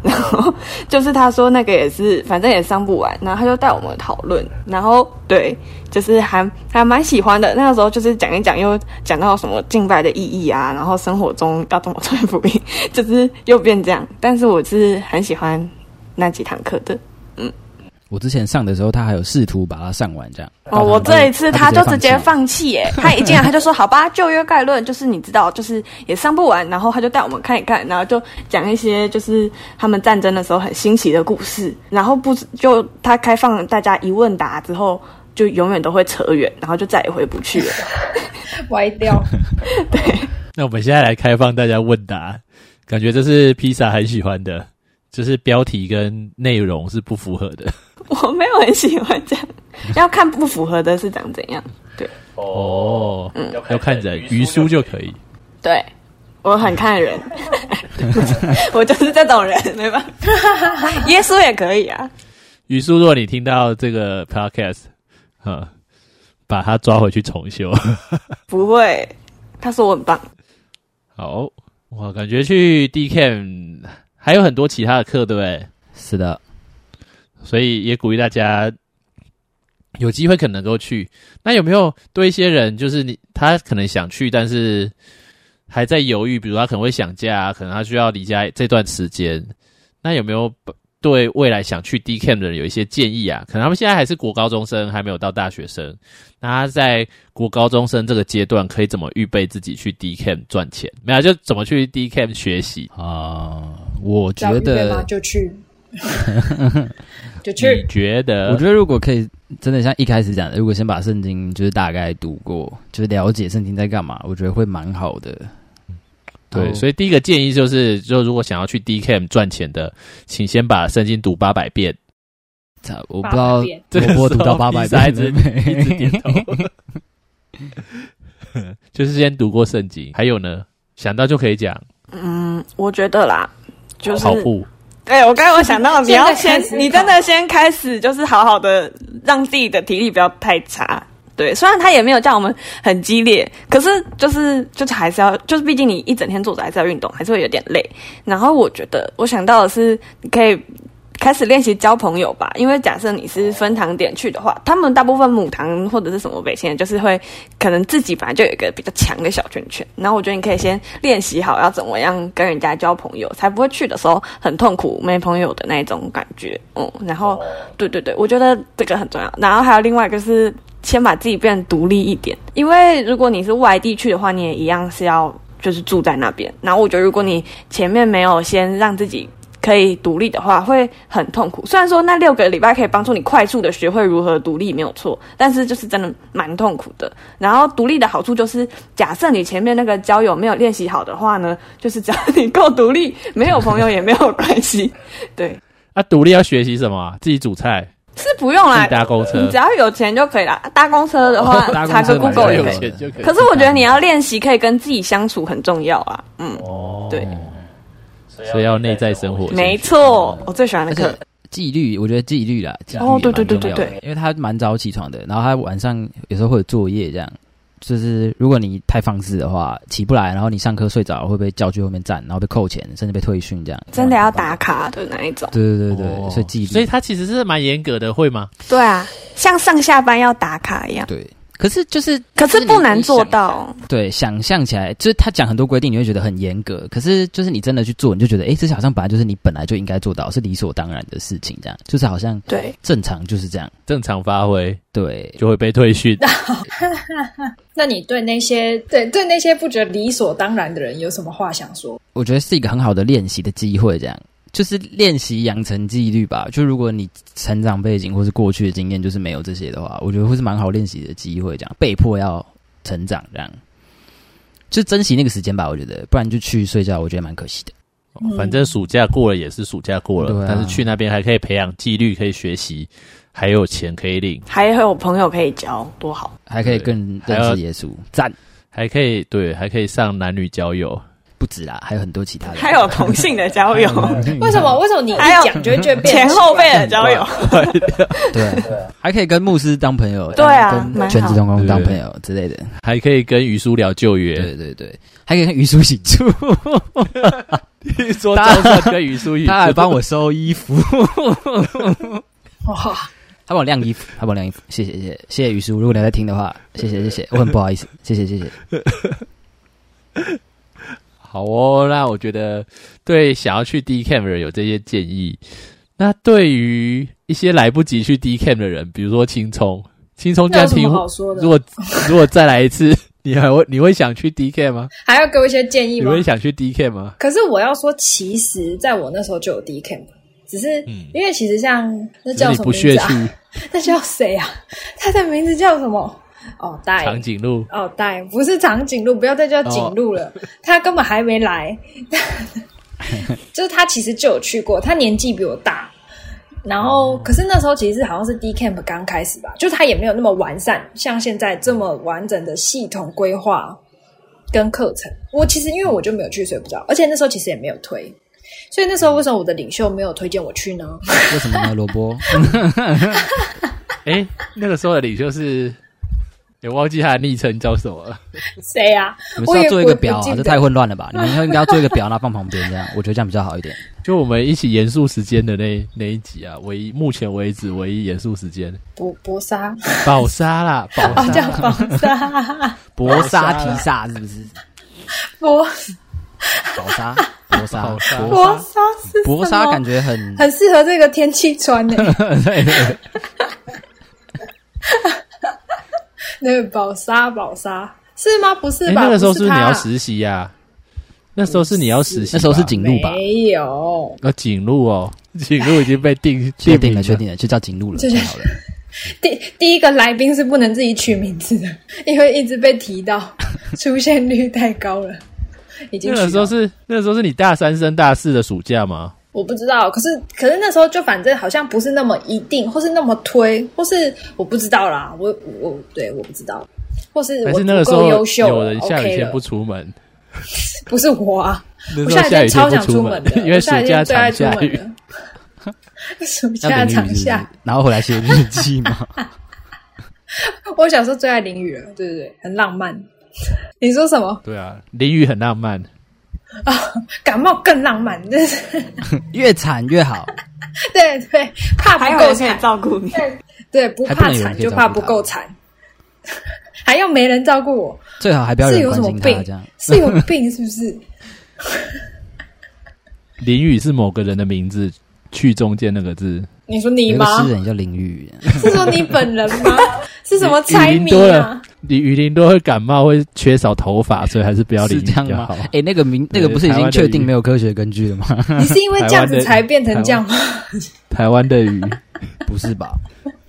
[SPEAKER 1] 然后就是他说那个也是，反正也上不完，然后他就带我们讨论，然后对，就是还还蛮喜欢的。那个时候就是讲一讲，又讲到什么敬拜的意义啊，然后生活中要怎么传福音， 就是又变这样。但是我是很喜欢那几堂课的。
[SPEAKER 4] 我之前上的时候，他还有试图把它上完，这样。
[SPEAKER 1] 哦，我这一次他就直接
[SPEAKER 4] 放弃。
[SPEAKER 1] 放弃耶， 他一进来他就说：“好吧，旧约概论就是你知道，就是也上不完。”然后他就带我们看一看，然后就讲一些就是他们战争的时候很新奇的故事。然后不就他开放大家一问答之后，就永远都会扯远，然后就再也回不 去了。
[SPEAKER 2] 歪掉。
[SPEAKER 3] 那我们现在来开放大家问答，感觉这是披萨很喜欢的，就是标题跟内容是不符合的。
[SPEAKER 1] 我没有很喜欢这样，要看不符合的是长怎样。
[SPEAKER 3] 哦，要看人，鱼书就可以。
[SPEAKER 1] 对我很看 人，我就是这种人，没办法。耶稣也可以啊。
[SPEAKER 3] 鱼书，如果你听到这个 podcast，嗯，把它抓回去重修。
[SPEAKER 1] 不会，他说我很棒。
[SPEAKER 3] 好，哇，感觉去 D Cam 还有很多其他的课，对不对？
[SPEAKER 4] 是的，
[SPEAKER 3] 所以也鼓励大家有机会可能够去。那有没有对一些人，就是你他可能想去，但是还在犹豫，比如他可能会想家，可能他需要离家这段时间，那有没有对未来想去 D Cam 的人有一些建议啊？可能他们现在还是国高中生，还没有到大学生，那他在国高中生这个阶段可以怎么预备自己去 D Cam 赚钱？没有啊，就怎么去 D Cam 学习？
[SPEAKER 4] 啊、我
[SPEAKER 2] 找
[SPEAKER 4] 觉
[SPEAKER 2] 预备吗？
[SPEAKER 4] 得，
[SPEAKER 2] 就去，就
[SPEAKER 3] 你
[SPEAKER 2] 去。
[SPEAKER 3] 觉得？
[SPEAKER 4] 我觉得如果可以，真的像一开始讲的，如果先把圣经就是大概读过，就是了解圣经在干嘛，我觉得会蛮好的。
[SPEAKER 1] 哦
[SPEAKER 3] 对，所
[SPEAKER 4] 以
[SPEAKER 3] 以第一个建议就是，就如果想要去 D Cam 赚钱的，请先把圣经读八百 遍。
[SPEAKER 4] 我不知
[SPEAKER 2] 八
[SPEAKER 4] 道
[SPEAKER 2] 百遍
[SPEAKER 3] 这个
[SPEAKER 4] 我读到
[SPEAKER 3] 时候
[SPEAKER 4] 八百
[SPEAKER 3] 比赛一
[SPEAKER 4] 遍
[SPEAKER 3] 直
[SPEAKER 4] 了没，
[SPEAKER 3] 一直点头， 就是先读过圣经。还有呢，想到就可以讲
[SPEAKER 1] 嗯，我觉得啦，就是
[SPEAKER 3] 跑步。
[SPEAKER 1] 对我刚刚有想到，你
[SPEAKER 2] 现在
[SPEAKER 1] 要
[SPEAKER 2] 开
[SPEAKER 1] 先，
[SPEAKER 2] 始
[SPEAKER 1] 你真的先开始，就是好好的让自己的体力不要太差。对，虽然他也没有叫我们很激烈，可是就是就是还是要，就是毕竟你一整天坐着还是要运动，还是会有点累。然后我觉得我想到的是，你可以开始练习交朋友吧，因为假设你是分堂点去的话，他们大部分母堂或者是什么北线，就是会可能自己本来就有一个比较强的小圈圈，然后我觉得你可以先练习好要怎么样跟人家交朋友，才不会去的时候很痛苦没朋友的那一种感觉。嗯，然后对对对，我觉得这个很重要。然后还有另外一个是。先把自己变独立一点，因为如果你是外地去的话，你也一样是要就是住在那边。然后我觉得，如果你前面没有先让自己可以独立的话，会很痛苦。虽然说那六个礼拜可以帮助你快速的学会如何独立，没有错，但是就是真的蛮痛苦的。然后独立的好处就是，假设你前面那个交友没有练习好的话呢，就是只要 你够独立，没有朋友也没有关系。对，
[SPEAKER 3] 啊，独立要学习什么啊？自己煮菜，
[SPEAKER 1] 是不用啦
[SPEAKER 3] 自 己，搭公车
[SPEAKER 1] 你只要有钱就可以啦。搭公车的话，
[SPEAKER 4] 哦搭公
[SPEAKER 1] 查
[SPEAKER 4] 车
[SPEAKER 1] 个
[SPEAKER 4] 蛮重
[SPEAKER 1] Google 也
[SPEAKER 4] 要
[SPEAKER 1] 可
[SPEAKER 4] 的
[SPEAKER 1] 以。
[SPEAKER 3] 钱就可以
[SPEAKER 1] 可是我觉得你要练习，可以跟自己相处很重要啊。嗯，
[SPEAKER 3] 哦
[SPEAKER 1] 对，
[SPEAKER 3] 所以要内在生活兴趣，
[SPEAKER 1] 没错，我最喜欢的
[SPEAKER 4] 而
[SPEAKER 1] 课
[SPEAKER 4] 且。纪律，我觉得纪律啦，纪律
[SPEAKER 1] 哦
[SPEAKER 4] 也蛮
[SPEAKER 1] 对对对
[SPEAKER 4] 重要的
[SPEAKER 1] 对，
[SPEAKER 4] 因为他蛮早起床的，然后他晚上有时候会有作业这样。就是如果你太放肆的话，起不来，然后你上课睡着，会被叫去后面站，然后被扣钱，甚至被退训这样。
[SPEAKER 1] 真的要打卡的那一种，
[SPEAKER 4] 对对对对，
[SPEAKER 3] 哦
[SPEAKER 4] 所以纪律，
[SPEAKER 3] 所以他其实是蛮严格的，会吗？
[SPEAKER 1] 对啊，像上下班要打卡一样，
[SPEAKER 4] 对。可是就是，
[SPEAKER 1] 可是不难做
[SPEAKER 4] 就是你
[SPEAKER 1] 到。
[SPEAKER 4] 想。对，想象起来，就是他讲很多规定，你会觉得很严格。可是就是你真的去做，你就觉得，哎，这好像本来就是你本来就应该做到，是理所当然的事情，这样就是好像
[SPEAKER 1] 对，
[SPEAKER 4] 正常就是这样。
[SPEAKER 3] 正常发挥
[SPEAKER 4] 对，
[SPEAKER 3] 就会被退 训。
[SPEAKER 2] 那你对那些对对那些不觉得理所当然的人有什么话想说？
[SPEAKER 4] 我觉得是一个很好的练习的机会，这样就是练习养成纪律吧。就如果你成长背景或是过去的经验就是没有这些的话，我觉得会是蛮好练习的机会，这样被迫要成长，这样就珍惜那个时间吧。我觉得，不然就去睡觉，我觉得蛮可惜的。
[SPEAKER 1] 嗯
[SPEAKER 3] 反正暑假过了也是暑假过了，
[SPEAKER 4] 对啊
[SPEAKER 3] 但是去那边还可以培养纪律，可以学习，还有钱可以领，
[SPEAKER 1] 还有朋友可以交，多好。
[SPEAKER 4] 还可以更认识耶稣，赞
[SPEAKER 3] 还可以对，还可以上男女交友。
[SPEAKER 4] 不止啦，还有很多其他的，
[SPEAKER 1] 还有同性的交 友，
[SPEAKER 2] 为什么？为什么你一
[SPEAKER 1] 还有
[SPEAKER 2] 讲就会觉得变
[SPEAKER 1] 前后辈的交友，
[SPEAKER 4] 对，还可以跟牧师当朋友，
[SPEAKER 1] 对啊
[SPEAKER 4] 跟
[SPEAKER 1] 蛮好
[SPEAKER 4] 全职童工当朋友之类的，
[SPEAKER 3] 还可以跟于叔聊救援，
[SPEAKER 4] 对对对，还可以跟于叔行住。
[SPEAKER 3] 听说赵胜跟于 叔一起，
[SPEAKER 4] 他还帮我收衣服，
[SPEAKER 2] 哇，
[SPEAKER 4] 他帮我晾衣 服，他帮我晾衣服，谢谢谢谢谢谢于叔，如果你还在听的话，谢谢谢谢，我很不好意思，谢谢谢谢。
[SPEAKER 3] 好哦，那我觉得对想要去 D Cam 的人有这些建议。那对于一些来不及去 D Cam 的人，比如说青葱，青葱居
[SPEAKER 2] 那有
[SPEAKER 3] 然
[SPEAKER 2] 什
[SPEAKER 3] 评
[SPEAKER 2] 么
[SPEAKER 3] 估
[SPEAKER 2] 好，说的
[SPEAKER 3] 如？果如果再来一次，你还会你会想去 D Cam 吗？
[SPEAKER 2] 还要给我一些建议
[SPEAKER 3] 你
[SPEAKER 2] 吗？
[SPEAKER 3] 会想去 D Cam 吗？
[SPEAKER 2] 可是我要说，其实在我那时候就有 D camp，只是因为其实像那
[SPEAKER 3] 只是
[SPEAKER 2] 叫
[SPEAKER 3] 你
[SPEAKER 2] 什么
[SPEAKER 3] 不
[SPEAKER 2] 名
[SPEAKER 3] 屑
[SPEAKER 2] 字
[SPEAKER 3] 去
[SPEAKER 2] 啊？那叫谁啊？ 他的名字叫什么？哦，戴
[SPEAKER 3] 长颈鹿。
[SPEAKER 2] 哦，戴不是长颈鹿，不要再叫
[SPEAKER 4] 哦
[SPEAKER 2] 颈鹿了，他根本还没来。 就是他其实就有去过，他年纪比我大，然后
[SPEAKER 4] 哦
[SPEAKER 2] 可是那时候其实好像是 D camp 刚开始吧，就是他也没有那么完善，像现在这么完整的系统规划跟课程。我其实因为我就没有去，所以不知道，而且那时候其实也没有推。所以那时候为什么我的领袖没有推荐我去呢？
[SPEAKER 4] 为 什么呢？萝卜，
[SPEAKER 3] 哎、那个时候的领袖是，也忘记他的昵称叫什么了。
[SPEAKER 2] 谁呀、啊？
[SPEAKER 4] 你们
[SPEAKER 2] 我
[SPEAKER 4] 是
[SPEAKER 2] 也
[SPEAKER 4] 要做一个
[SPEAKER 2] 我也不
[SPEAKER 4] 表
[SPEAKER 2] 记
[SPEAKER 4] 啊？
[SPEAKER 2] 得
[SPEAKER 4] 这太混乱了吧？你们以后应该要做一个表，然后放旁边这样，我觉得这样比较好一 点。
[SPEAKER 3] 就我们一起严肃时间的那那一集啊，唯一目前为止唯一严肃时间，
[SPEAKER 2] 博博莎，
[SPEAKER 3] 宝沙啦，宝
[SPEAKER 2] 哦，叫
[SPEAKER 3] 沙，
[SPEAKER 2] 博 莎，
[SPEAKER 4] 薄纱披萨是不是？
[SPEAKER 2] 博
[SPEAKER 4] 薄 纱，薄纱，
[SPEAKER 3] 薄纱
[SPEAKER 4] 薄
[SPEAKER 2] 博莎是
[SPEAKER 4] 薄
[SPEAKER 2] 什
[SPEAKER 4] 纱
[SPEAKER 2] 么
[SPEAKER 4] 感觉很
[SPEAKER 2] 很适合这个天气穿呢、
[SPEAKER 4] 对对
[SPEAKER 2] 那个宝沙，宝沙是吗？不是
[SPEAKER 3] 哎、
[SPEAKER 2] 吧？
[SPEAKER 3] 那个时候是不
[SPEAKER 2] 不
[SPEAKER 3] 是你
[SPEAKER 2] 他
[SPEAKER 3] 要实习呀、那时候是你要实习吧，
[SPEAKER 4] 那时候是景路吧？
[SPEAKER 2] 没有，
[SPEAKER 3] 呃景路哦，景路已经被定
[SPEAKER 4] 确定
[SPEAKER 3] 定
[SPEAKER 4] 了，确
[SPEAKER 3] 名
[SPEAKER 4] 定了，就叫景路了，
[SPEAKER 2] 就是
[SPEAKER 4] 太好 了。
[SPEAKER 2] 第第一个来宾是不能自己取名字的， 因为一直被提 到，出现率太高了。已经
[SPEAKER 3] 那
[SPEAKER 2] 取
[SPEAKER 3] 个时候
[SPEAKER 2] 了，
[SPEAKER 3] 是那个时候是你大三升大四的暑假吗？
[SPEAKER 2] 我不知道，可是可是那时候就反正好像不是那么一定，或是那么推，或是我不知道啦，我我对我不知道，或是
[SPEAKER 3] 还
[SPEAKER 2] 我
[SPEAKER 3] 是那个时
[SPEAKER 2] 不够
[SPEAKER 3] 候
[SPEAKER 2] 优秀
[SPEAKER 3] 有
[SPEAKER 2] 了
[SPEAKER 3] 人下雨
[SPEAKER 2] OK
[SPEAKER 3] 天
[SPEAKER 2] 了
[SPEAKER 3] 不出门？
[SPEAKER 2] 不是我啊，
[SPEAKER 3] 那
[SPEAKER 2] 我
[SPEAKER 3] 时候
[SPEAKER 2] 下雨天
[SPEAKER 3] 下雨天
[SPEAKER 2] 超
[SPEAKER 3] 不
[SPEAKER 2] 想出
[SPEAKER 3] 门
[SPEAKER 2] 门 的，，
[SPEAKER 3] 因为
[SPEAKER 2] 我
[SPEAKER 3] 暑
[SPEAKER 2] 下雨
[SPEAKER 3] 假
[SPEAKER 2] 天最爱
[SPEAKER 3] 常
[SPEAKER 2] 出
[SPEAKER 3] 下
[SPEAKER 2] 门
[SPEAKER 3] 雨。
[SPEAKER 2] 的。暑假
[SPEAKER 4] 要等淋雨
[SPEAKER 2] 常
[SPEAKER 4] 是不
[SPEAKER 2] 下
[SPEAKER 4] 是，然后回来写日记 嘛。
[SPEAKER 2] 我小时候最爱淋雨了，对对对，很浪漫。 你说什么？
[SPEAKER 3] 对啊，淋雨很浪漫。
[SPEAKER 2] 感冒更浪漫， 就是
[SPEAKER 4] 越惨越好，
[SPEAKER 2] 对对，怕
[SPEAKER 1] 还有
[SPEAKER 2] 不够
[SPEAKER 1] 人可以
[SPEAKER 2] 惨，
[SPEAKER 1] 照顾你。
[SPEAKER 2] 对，不
[SPEAKER 4] 还不
[SPEAKER 2] 怕
[SPEAKER 4] 能有人
[SPEAKER 2] 惨
[SPEAKER 4] 可以
[SPEAKER 2] 就
[SPEAKER 4] 照顾
[SPEAKER 2] 怕
[SPEAKER 4] 他
[SPEAKER 2] 不够惨， 还要没人照顾我，
[SPEAKER 4] 最好还不要有
[SPEAKER 2] 是
[SPEAKER 4] 人
[SPEAKER 2] 有什
[SPEAKER 4] 关
[SPEAKER 2] 么
[SPEAKER 4] 心他
[SPEAKER 2] 病
[SPEAKER 4] 这样。？
[SPEAKER 2] 是有病是不是？
[SPEAKER 3] 淋雨是某个人的名字，去中间那个字。
[SPEAKER 2] 你说你
[SPEAKER 4] 有一个
[SPEAKER 2] 吗
[SPEAKER 4] 诗？人叫林雨，
[SPEAKER 2] 是说你本人 吗？是什么猜
[SPEAKER 3] 雨淋
[SPEAKER 2] 谜
[SPEAKER 3] 多了
[SPEAKER 2] 啊？，
[SPEAKER 3] 你雨淋多会感冒，会缺少头发，所以还是不要淋
[SPEAKER 4] 是
[SPEAKER 3] 雨
[SPEAKER 4] 这样
[SPEAKER 3] 比较
[SPEAKER 4] 吗
[SPEAKER 3] 好。？
[SPEAKER 4] 哎，那个名那
[SPEAKER 3] 对
[SPEAKER 4] 个不是已
[SPEAKER 3] 台湾
[SPEAKER 4] 经
[SPEAKER 3] 的
[SPEAKER 4] 确定
[SPEAKER 3] 雨
[SPEAKER 4] 没有科学根据了吗？
[SPEAKER 2] 你是因为这样子才变成这样吗？
[SPEAKER 3] 台湾的 雨，
[SPEAKER 4] 不是吧？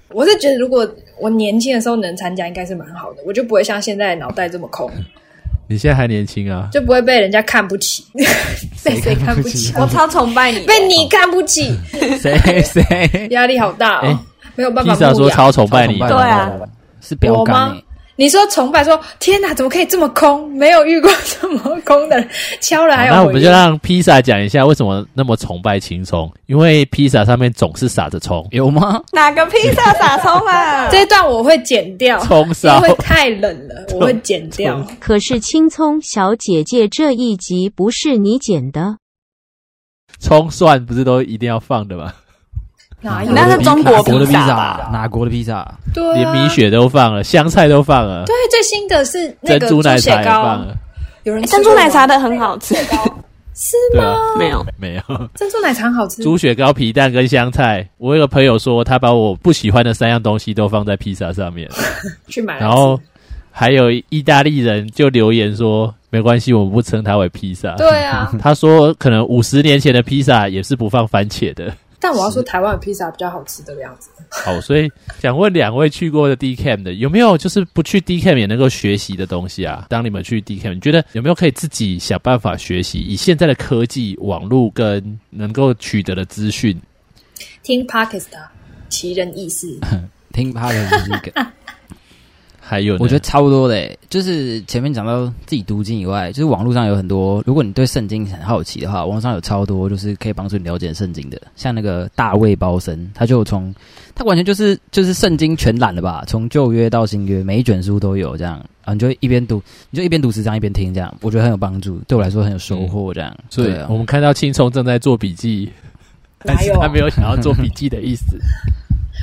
[SPEAKER 2] 我是觉得，如果我年轻的时候能参加，应该是蛮好的，我就不会像现在脑袋这么空，
[SPEAKER 3] 你现在还年轻啊，
[SPEAKER 2] 就不会被人家看不起， 被谁看不起？哦
[SPEAKER 1] 我超崇拜你，
[SPEAKER 2] 被你看不起，
[SPEAKER 4] 谁谁？
[SPEAKER 2] 压力好大
[SPEAKER 3] 哎
[SPEAKER 2] 哦。没有办
[SPEAKER 3] 披
[SPEAKER 2] 法
[SPEAKER 3] 萨
[SPEAKER 2] 牧
[SPEAKER 3] 说
[SPEAKER 2] 羊。
[SPEAKER 3] 超崇拜你，
[SPEAKER 1] 对啊，
[SPEAKER 4] 是标杆、
[SPEAKER 2] 我吗
[SPEAKER 4] 欸。
[SPEAKER 2] 你说崇拜说，天哪，怎么可以这么空？没有遇过这么空的人，敲了还有
[SPEAKER 3] 那
[SPEAKER 2] 回应。
[SPEAKER 3] 我们就让披萨讲一下为什么那么崇拜青葱，因为披萨上面总是撒着葱，
[SPEAKER 4] 有吗？
[SPEAKER 1] 哪个披萨撒葱 啊？
[SPEAKER 2] 这一段我会剪掉，
[SPEAKER 3] 葱烧
[SPEAKER 2] 哦因为太冷了，我会剪掉。
[SPEAKER 5] 可是青葱小姐姐这一集不是你剪的。
[SPEAKER 3] 葱蒜不是都一定要放的吗？
[SPEAKER 2] 哪有
[SPEAKER 1] 哎你那是中国
[SPEAKER 4] 哪的
[SPEAKER 1] 披
[SPEAKER 4] 披
[SPEAKER 1] 萨
[SPEAKER 4] 萨，哪国的披萨？
[SPEAKER 2] 对、啊、
[SPEAKER 3] 连米？雪都放了，香菜都放了，
[SPEAKER 2] 对，最新的是那
[SPEAKER 3] 珍
[SPEAKER 2] 个
[SPEAKER 3] 珠奶
[SPEAKER 2] 血
[SPEAKER 3] 茶也
[SPEAKER 2] 糕，
[SPEAKER 3] 放了，
[SPEAKER 2] 有人吃
[SPEAKER 1] 哎珍珠
[SPEAKER 2] 过吗
[SPEAKER 1] 奶茶的很好 吃，
[SPEAKER 2] 是
[SPEAKER 3] 对啊
[SPEAKER 2] 吗？，
[SPEAKER 1] 没有
[SPEAKER 3] 没有。
[SPEAKER 2] 珍珠奶茶很好吃，
[SPEAKER 3] 猪血糕、皮蛋跟香菜。我有个朋友说，他把我不喜欢的三样东西都放在披萨上面，
[SPEAKER 2] 去买来吃。
[SPEAKER 3] 然后还有意大利人就留言说，没关系，我们不称它为披萨。
[SPEAKER 2] 对 啊，
[SPEAKER 3] 他说，可能五十年前的披萨也是不放番茄 的。
[SPEAKER 2] 但我要说台湾的披萨比较好吃的样子。
[SPEAKER 3] 好，所以想问两位去过的 D Cam 的，有没有就是不去 D Cam 也能够学习的东西啊？当你们去 D Cam，你觉得有没有可以自己想办法学习？以现在的科技、网络跟能够取得的资讯，
[SPEAKER 2] 听 Pakistan 奇人异事，
[SPEAKER 4] 听他的是一个。
[SPEAKER 3] 还有呢
[SPEAKER 4] 我觉得差不多的欸、就是前面讲到自己读经以外，就是网络上有很多，如果你对圣经很好奇的话，网络上有超多就是可以帮助你了解圣经的，像那个大卫包森，他就从他完全就是就是圣经全览了吧，从旧约到新约，每一卷书都有这样，啊，你就一边读，你就一边读十章一边听，这样我觉得很有帮助，对我来说很有收获，这样。
[SPEAKER 3] 所以
[SPEAKER 4] 对啊
[SPEAKER 3] 我，们看到青虫正在做笔记，但
[SPEAKER 2] 哪
[SPEAKER 3] 是
[SPEAKER 2] 有？
[SPEAKER 3] 他没有想要做笔记的意 思。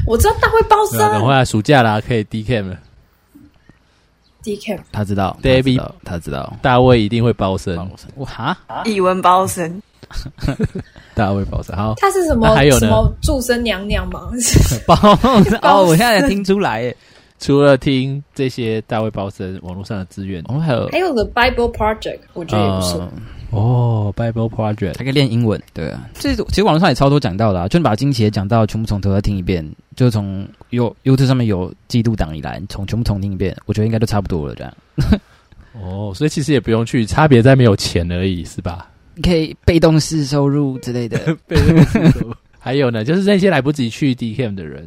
[SPEAKER 2] 我知道大会包
[SPEAKER 3] 对啊等
[SPEAKER 2] 生
[SPEAKER 3] 会啊，暑假啦，可以 DK 了。
[SPEAKER 2] DK
[SPEAKER 4] 他知道
[SPEAKER 3] David-
[SPEAKER 4] 他知道，
[SPEAKER 3] 大卫一定会包身
[SPEAKER 4] 他，知道，哇哈，
[SPEAKER 1] 以文包身，
[SPEAKER 3] 大卫包身。 好，
[SPEAKER 2] 他是什
[SPEAKER 3] 那
[SPEAKER 2] 么
[SPEAKER 3] 还有呢
[SPEAKER 2] 什么祝生娘娘 吗？
[SPEAKER 4] 包哦，我现在才听出来耶，
[SPEAKER 3] 除了听这些大卫包身网络上的资源，
[SPEAKER 4] 哦，还有
[SPEAKER 2] 还有 The Bible Project，我觉得也不
[SPEAKER 3] 呃
[SPEAKER 2] 错。
[SPEAKER 4] 嗯
[SPEAKER 3] 哦，Bible Project，
[SPEAKER 4] 还可以练英文，对啊，这其实网络上也超多讲到的、啊，就你把金奇也讲到全部从头再听一遍，就是从 You YouTube 上面有记录档以来，从全部重听一遍，我觉得应该都差不多了，这样
[SPEAKER 3] 哦，所以其实也不用去，差别在没有钱而已，是吧？
[SPEAKER 4] 你可以被动式收入之类的。
[SPEAKER 3] 被这个制度 还有呢，就是那些来不及去 DK 的人，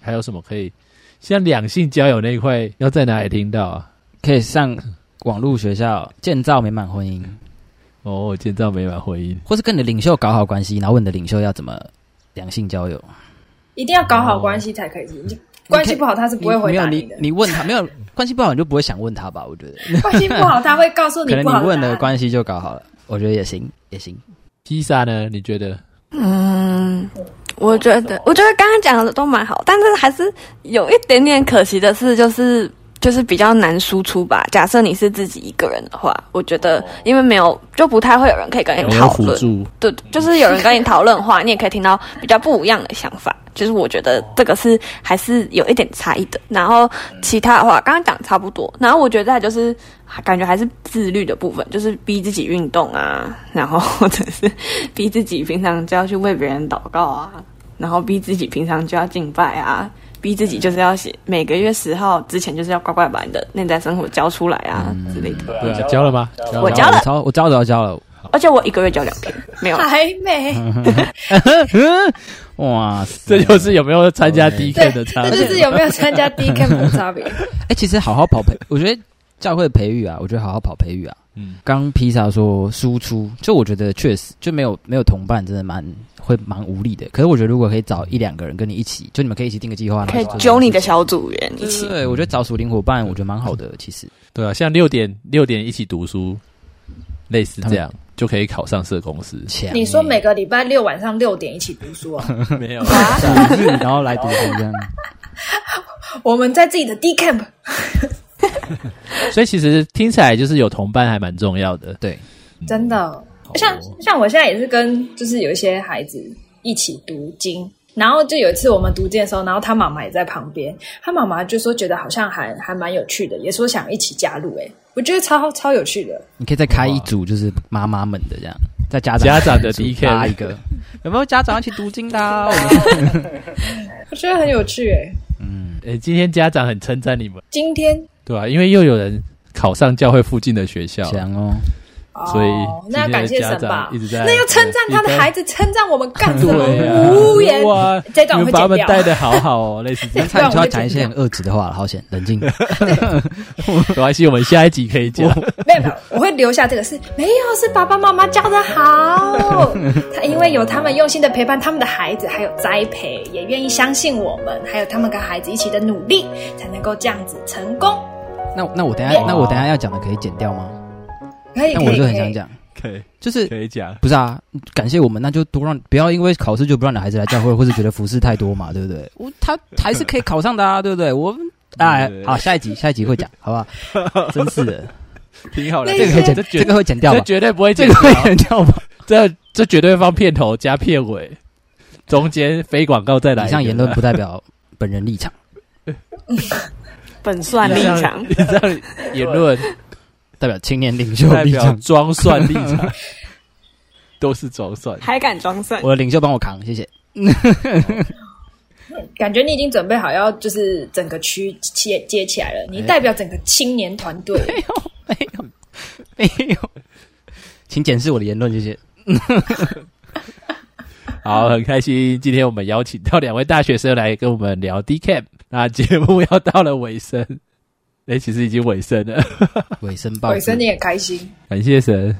[SPEAKER 3] 还有什么可以？像两性交友那一块，要在哪里听到啊？
[SPEAKER 4] 可以上网络学校建造美满婚姻，
[SPEAKER 3] 哦，建造美满婚姻，
[SPEAKER 4] 或是跟你的领袖搞好关系，然后问你的领袖要怎么良性交友。
[SPEAKER 2] 一定要搞好关系才可以听，
[SPEAKER 3] 哦
[SPEAKER 2] 你就关系不好他是不会回
[SPEAKER 4] 没有
[SPEAKER 2] 答
[SPEAKER 4] 你
[SPEAKER 2] 的，。
[SPEAKER 4] 你问他没有关系不好，你就不会想问他吧？我觉 得，
[SPEAKER 2] 关系不好他会告诉
[SPEAKER 4] 可能
[SPEAKER 2] 不好
[SPEAKER 4] 你问
[SPEAKER 2] 答
[SPEAKER 4] 的
[SPEAKER 2] 案
[SPEAKER 4] 关系就搞好了，我觉得也行，也行。
[SPEAKER 3] 披萨呢？你觉得？
[SPEAKER 1] 嗯，我觉
[SPEAKER 3] 哦
[SPEAKER 1] 得，我觉得刚刚讲的都蛮好，但是还是有一点点可惜的是，就是就是比较难输出吧。假设你是自己一个人的话，我觉得因为没有，就不太会有人可以跟你
[SPEAKER 3] 哦没有
[SPEAKER 1] 讨
[SPEAKER 3] 辅
[SPEAKER 1] 论。
[SPEAKER 3] 助，
[SPEAKER 1] 对，就是有人跟你讨论的 话，你也可以听到比较不一样的想法。就是我觉得这个是还是有一点差异的。然后其他的话，刚刚讲差不多。然后我觉得再来就是感觉还是自律的部分，就是逼自己运动啊，然后或者是逼自己平常就要去为别人祷告啊，然后逼自己平常就要敬拜啊。逼自己就是要写每个月十号之前就是要乖乖把你的内在生活交出来啊之类的，
[SPEAKER 3] 对啊，交了吗？交
[SPEAKER 1] 我交了
[SPEAKER 4] 我超我招都要交了。
[SPEAKER 1] 而且我一个月交两天，没有啦
[SPEAKER 2] 还没，
[SPEAKER 3] 嗯
[SPEAKER 4] 哇塞，
[SPEAKER 3] 这就是有没有参加
[SPEAKER 4] 对
[SPEAKER 3] DK 的 差
[SPEAKER 2] 这
[SPEAKER 3] 别。
[SPEAKER 2] 就是有没有参加 D Camp 的差别。
[SPEAKER 4] 哎、其实好好跑培， 我觉得教会培育啊，我觉得好好跑培育啊。
[SPEAKER 3] 嗯
[SPEAKER 4] 嗯，刚披萨说输出，就我觉得确实就没有没有同伴，真的蛮会蛮无力的。可是我觉得如果可以找一两个人跟你一起，就你们可以一起定个计划，
[SPEAKER 1] 可以
[SPEAKER 4] 然后做
[SPEAKER 1] 揪你的
[SPEAKER 4] 这件
[SPEAKER 1] 小组员一
[SPEAKER 4] 事情。
[SPEAKER 1] 起。
[SPEAKER 4] 对，我觉得找属灵伙伴，我觉得蛮好的。其实。
[SPEAKER 3] 对啊，像六点六点一起读书，类似这样就可以考上社公司
[SPEAKER 4] 强欸，
[SPEAKER 2] 你说每个礼拜六晚上六点一起读书啊？
[SPEAKER 3] 没有，
[SPEAKER 4] 主日然后来读书这样，
[SPEAKER 2] 我们在自己的 D Camp，
[SPEAKER 3] 所以其实听起来就是有同伴还蛮重要的。
[SPEAKER 4] 对，
[SPEAKER 2] 真
[SPEAKER 3] 哦
[SPEAKER 2] 的，像像我现在也是跟就是有一些孩子一起读经。然后就有一次我们读经的时候，然后他妈妈也在旁边，他妈妈就说觉得好像还还蛮有趣的，也说想一起加入、欸，我觉得超超有趣的。
[SPEAKER 4] 你可以再开一组，就是妈妈们的这样，在家长
[SPEAKER 3] 家长的
[SPEAKER 4] 组
[SPEAKER 3] DK
[SPEAKER 4] 搭一个，有没有家长要去读经的啊？我们
[SPEAKER 2] 我觉得很有趣诶、
[SPEAKER 3] 诶，今天家长很称赞你们，啊
[SPEAKER 2] 今天
[SPEAKER 3] 对吧、因为又有人考上教会附近的学校，
[SPEAKER 4] 强哦，
[SPEAKER 3] 所以
[SPEAKER 2] 哦那要
[SPEAKER 3] 今天
[SPEAKER 2] 感
[SPEAKER 3] 的
[SPEAKER 2] 谢
[SPEAKER 3] 家
[SPEAKER 2] 神吧
[SPEAKER 3] 长一直在
[SPEAKER 2] 那要称赞他的孩
[SPEAKER 3] 子。
[SPEAKER 2] 子，称赞我们干什么？
[SPEAKER 3] 对啊，
[SPEAKER 2] 无言。
[SPEAKER 3] 哇，
[SPEAKER 2] 这段我
[SPEAKER 3] 你们
[SPEAKER 2] 会
[SPEAKER 3] 把他
[SPEAKER 2] 剪
[SPEAKER 3] 们带
[SPEAKER 2] 掉。
[SPEAKER 3] 的好好哦，类似这
[SPEAKER 2] 对
[SPEAKER 3] 样。
[SPEAKER 4] 差点就要讲一些很恶质的话了，好险，冷静。
[SPEAKER 3] 没关系，我们下一集可以讲。
[SPEAKER 2] 没有，没有，我会留下这个是没有，是爸爸妈妈教的好。他因为有他们用心的陪伴他们的孩子，还有栽培，也愿意相信我们，还有他们跟孩子一起的努力，才能够这样子成功。
[SPEAKER 4] 那那我等一下那我等一下要讲的可以剪掉吗？
[SPEAKER 2] 可以，
[SPEAKER 4] 那
[SPEAKER 2] 可以，
[SPEAKER 4] 哎我就很
[SPEAKER 2] 可以
[SPEAKER 4] 想。讲，
[SPEAKER 3] 可以
[SPEAKER 4] 就是
[SPEAKER 3] 可以讲，
[SPEAKER 4] 不是啊，感谢我们，那就多让不要因为考试就不让你孩子来教会，或是觉得服饰太多嘛，对不对？我他还是可以考上的啊，对不对？我们哎
[SPEAKER 3] 对对，对
[SPEAKER 4] 好，下一集下一集会讲，好不 好？真是的，
[SPEAKER 3] 挺好的。
[SPEAKER 2] 那
[SPEAKER 4] 这个可以
[SPEAKER 3] 这
[SPEAKER 4] 剪，这个
[SPEAKER 3] 绝
[SPEAKER 4] 会剪掉
[SPEAKER 3] 这
[SPEAKER 4] 吧？
[SPEAKER 3] 绝对不会
[SPEAKER 4] 这
[SPEAKER 3] 剪
[SPEAKER 4] 个
[SPEAKER 3] 掉，
[SPEAKER 4] 会剪掉吧？
[SPEAKER 3] 这这绝对放片头加片尾，中间非广告再来一
[SPEAKER 4] 以
[SPEAKER 3] 个。
[SPEAKER 4] 上 言论不代表本人立场。
[SPEAKER 1] 本算立场，
[SPEAKER 3] 以上言论
[SPEAKER 4] 代表青年领袖
[SPEAKER 3] 代
[SPEAKER 4] 立
[SPEAKER 3] 表
[SPEAKER 4] 场。
[SPEAKER 3] 装蒜立 场，都是装蒜。
[SPEAKER 1] 还敢装蒜？
[SPEAKER 4] 我的领袖帮我扛，谢谢。
[SPEAKER 2] 感觉你已经准备好要就是整个区接接起来了，你代表整个青年团队。哦
[SPEAKER 3] 哎
[SPEAKER 4] 没有，没有，请检视我的言论，谢谢。
[SPEAKER 3] 好，很开心，今天我们邀请到两位大学生来跟我们聊 D Camp。那节目要到了尾声， 哎、其实已经尾声了，
[SPEAKER 4] 尾声报，
[SPEAKER 2] 尾声你也开心，
[SPEAKER 3] 感谢神。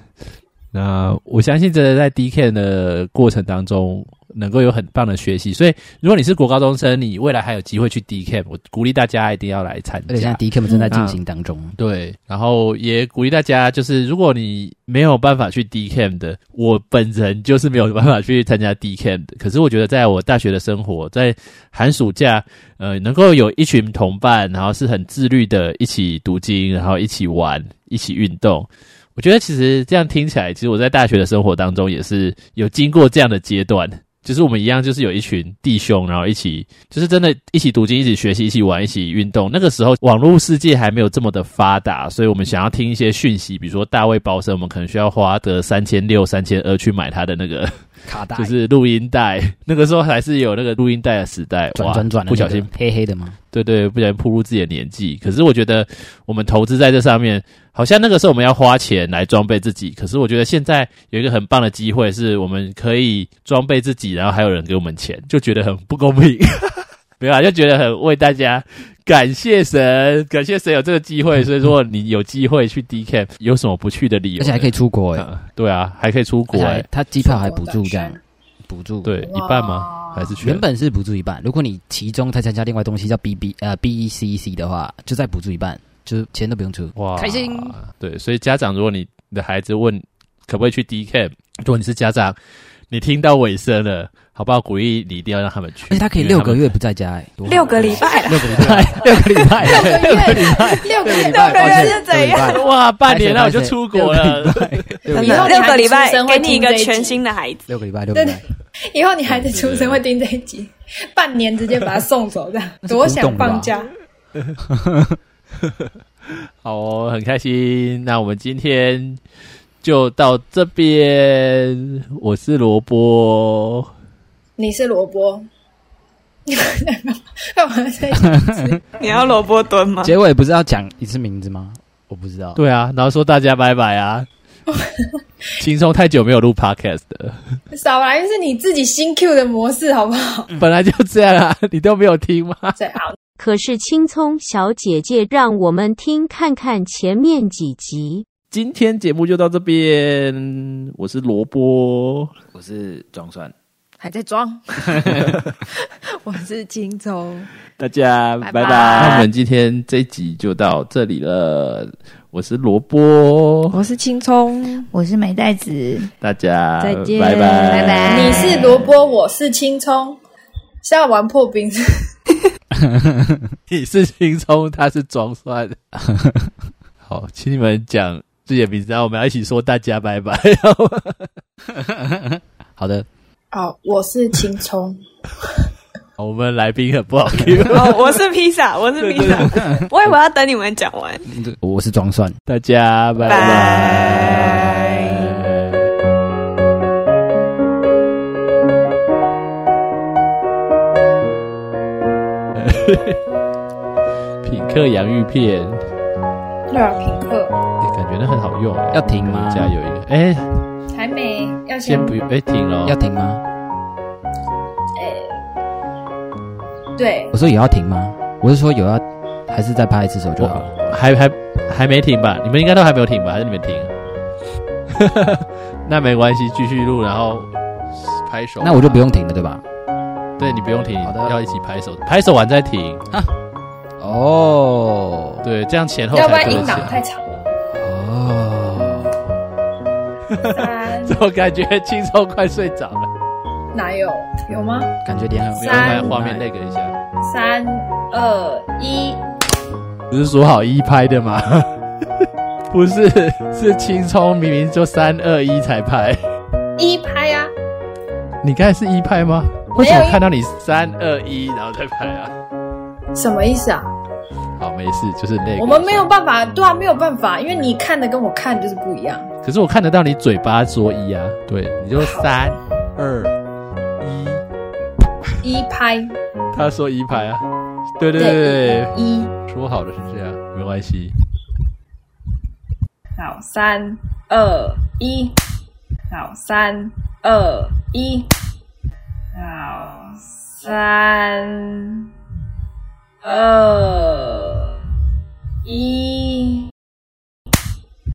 [SPEAKER 3] 那我相信，真的在 D Camp 的过程当中，能够有很棒的学习。所以，如果你是国高中生，你未来还有机会去 D Camp，我鼓励大家一定要来参
[SPEAKER 4] 而且现在
[SPEAKER 3] 加。
[SPEAKER 4] D K 们正在进行当中。
[SPEAKER 3] 对，然后也鼓励大家，就是如果你没有办法去 D Camp 的，我本人就是没有办法去参加 D Camp 的。可是我觉得，在我大学的生活，在寒暑假，呃，能够有一群同伴，然后是很自律的，一起读经，然后一起玩，一起运动。我觉得其实这样听起来，其实我在大学的生活当中也是有经过这样的阶段，就是我们一样，就是有一群弟兄，然后一起就是真的一起读经、一起学习、一起玩、一起运动。那个时候网络世界还没有这么的发达，所以我们想要听一些讯息，比如说大卫包森，我们可能需要花个 三千六、三千二去买他的那个
[SPEAKER 4] 卡带
[SPEAKER 3] 就是录音带。那个时候还是有那个录音带的时代，
[SPEAKER 4] 转
[SPEAKER 3] 哇
[SPEAKER 4] 转转的
[SPEAKER 3] 不
[SPEAKER 4] 那
[SPEAKER 3] 小
[SPEAKER 4] 个
[SPEAKER 3] 心
[SPEAKER 4] 黑黑的吗？
[SPEAKER 3] 对对，不小心暴露自己的年纪。可是我觉得我们投资在这上面，好像那个时候我们要花钱来装备自己。可是我觉得现在有一个很棒的机会，是我们可以装备自己，然后还有人给我们钱，就觉得很不公平。 没有啊，就觉得很为大家感谢神，感谢神有这个机会。所以说，你有机会去 D Camp，有什么不去的理由呢？
[SPEAKER 4] 而且还可以出国哎，
[SPEAKER 3] 啊对啊，还可以出
[SPEAKER 4] 而
[SPEAKER 3] 国、
[SPEAKER 4] 且
[SPEAKER 3] 欸
[SPEAKER 4] 还，他机票还补助这样，补助
[SPEAKER 3] 对，一半吗？还是全
[SPEAKER 4] 原本是补助一半，如果你其中再参加另外东西叫 B B 呃 B E C C 的话，就再补助一半，就是钱都不用出。
[SPEAKER 3] 哇，
[SPEAKER 4] 开心。
[SPEAKER 3] 对，所以家长，如果你的孩子问可不可以去 D Camp，如果你是家长，你听到尾声了，好不好？鼓励你一定要让他们去，
[SPEAKER 4] 而且他可以
[SPEAKER 3] 因为
[SPEAKER 4] 六
[SPEAKER 3] 们
[SPEAKER 4] 个月不在家哎，多好
[SPEAKER 1] 六个礼拜了，
[SPEAKER 4] 六个礼拜 六个礼拜
[SPEAKER 2] 六个月，六个月
[SPEAKER 4] 六个礼拜，
[SPEAKER 1] 六个
[SPEAKER 4] 抱
[SPEAKER 1] 月
[SPEAKER 4] 歉
[SPEAKER 1] 是怎样
[SPEAKER 4] 六个礼拜
[SPEAKER 3] 哇，半年了我
[SPEAKER 4] 拍谁
[SPEAKER 3] 就
[SPEAKER 4] 拍谁
[SPEAKER 3] 出国了，
[SPEAKER 4] 六个
[SPEAKER 1] 真
[SPEAKER 4] 礼拜
[SPEAKER 1] 的六个礼拜
[SPEAKER 2] 以后你孩子出生，会听
[SPEAKER 1] 给你一个
[SPEAKER 2] 这一集
[SPEAKER 1] 全新的孩子。
[SPEAKER 4] 六个礼拜六个礼拜，
[SPEAKER 2] 以后你孩子出生会盯这一集，半年直接把他送走，这样
[SPEAKER 4] 那是古
[SPEAKER 2] 多
[SPEAKER 4] 董吧
[SPEAKER 2] 想放假。
[SPEAKER 3] 好哦，很开心。那我们今天就到这边，我是萝卜，
[SPEAKER 2] 你是萝卜， 干嘛在讲
[SPEAKER 1] 你要萝卜蹲吗？
[SPEAKER 4] 结尾不是要讲一次名字吗？我不知道。
[SPEAKER 3] 对啊，然后说大家拜拜 啊。轻松太久没有录 podcast 了，
[SPEAKER 2] 少来？是你自己新 Q 的模式，好不好？
[SPEAKER 4] 嗯
[SPEAKER 3] 本来就这样啊，你都没有听吗？
[SPEAKER 2] 最好。
[SPEAKER 5] 可是青葱小姐姐让我们听看看前面几集。
[SPEAKER 3] 今天节目就到这边，我是萝卜，
[SPEAKER 4] 我是装蒜。
[SPEAKER 2] 还在 装。我是荆州，
[SPEAKER 3] 大家拜拜。那我们今天这一集就到这里了，我是萝卜，
[SPEAKER 6] 我是青葱，
[SPEAKER 7] 我是美代子，
[SPEAKER 3] 大家
[SPEAKER 6] 再见
[SPEAKER 3] 拜拜，
[SPEAKER 7] 拜拜
[SPEAKER 2] 你是萝卜，我是青葱，是要玩破冰。
[SPEAKER 3] 你是青葱，他是装 蒜。好，请你们讲自己的名字，然后我们要一起说大家拜拜。
[SPEAKER 4] 好的，
[SPEAKER 2] 哦，我是青葱，
[SPEAKER 3] 好我们来宾很不好 Q，
[SPEAKER 1] 哦，我是披萨，我是披萨， 我以为要等你们讲完。
[SPEAKER 4] 我是装蒜。
[SPEAKER 3] 大家拜拜品客洋芋片。
[SPEAKER 2] 乐尔平克。
[SPEAKER 4] 那个
[SPEAKER 3] 欸感觉那很好用、啊。
[SPEAKER 4] 要停吗
[SPEAKER 3] 家有一个，哎、
[SPEAKER 2] 还没要先
[SPEAKER 3] 先不用，哎、停了哦，
[SPEAKER 4] 要停吗？
[SPEAKER 2] 哎对
[SPEAKER 4] 我说有要停吗？我是说有要，还是再拍一次手就好了？
[SPEAKER 3] 我还还还没停吧？你们应该都还没有停吧？还是你们停？ 那没关系，继续录，然后拍手。
[SPEAKER 4] 那我就不用停了，对吧？
[SPEAKER 3] 对你不用停
[SPEAKER 4] 好的，
[SPEAKER 3] 要一起拍手，拍手完再停。
[SPEAKER 4] 哦，
[SPEAKER 3] 对，这样前后
[SPEAKER 2] 要不
[SPEAKER 3] 才
[SPEAKER 2] 然
[SPEAKER 3] 对得
[SPEAKER 2] 音
[SPEAKER 3] 起
[SPEAKER 2] 档太
[SPEAKER 3] 来。
[SPEAKER 2] 长了。
[SPEAKER 4] 哦，
[SPEAKER 2] 三
[SPEAKER 3] 怎么感觉轻松快睡着了？
[SPEAKER 2] 哪有有吗？
[SPEAKER 4] 感觉脸
[SPEAKER 3] 不
[SPEAKER 4] 很
[SPEAKER 3] 用拍
[SPEAKER 2] 三
[SPEAKER 3] 画面那个一下。
[SPEAKER 2] 三二一，
[SPEAKER 3] 不是说好一拍的吗？不是，是青葱明明就三二一才拍。
[SPEAKER 2] 一拍啊！
[SPEAKER 3] 你刚才是一拍吗？为什么看到你三二一然后再拍啊？
[SPEAKER 2] 什么意思啊？
[SPEAKER 3] 好，没事，就是那个。
[SPEAKER 2] 我们没有办法，对啊，没有办法，因为你看的跟我看就是不一样。
[SPEAKER 3] 可是我看得到你嘴巴说一啊，对，你就三二一，
[SPEAKER 2] 一拍
[SPEAKER 3] 他说一拍啊，对对对
[SPEAKER 2] 一，
[SPEAKER 3] 对，说好的是这样，没关系。
[SPEAKER 2] 好，三二一，好，三二一，好，三二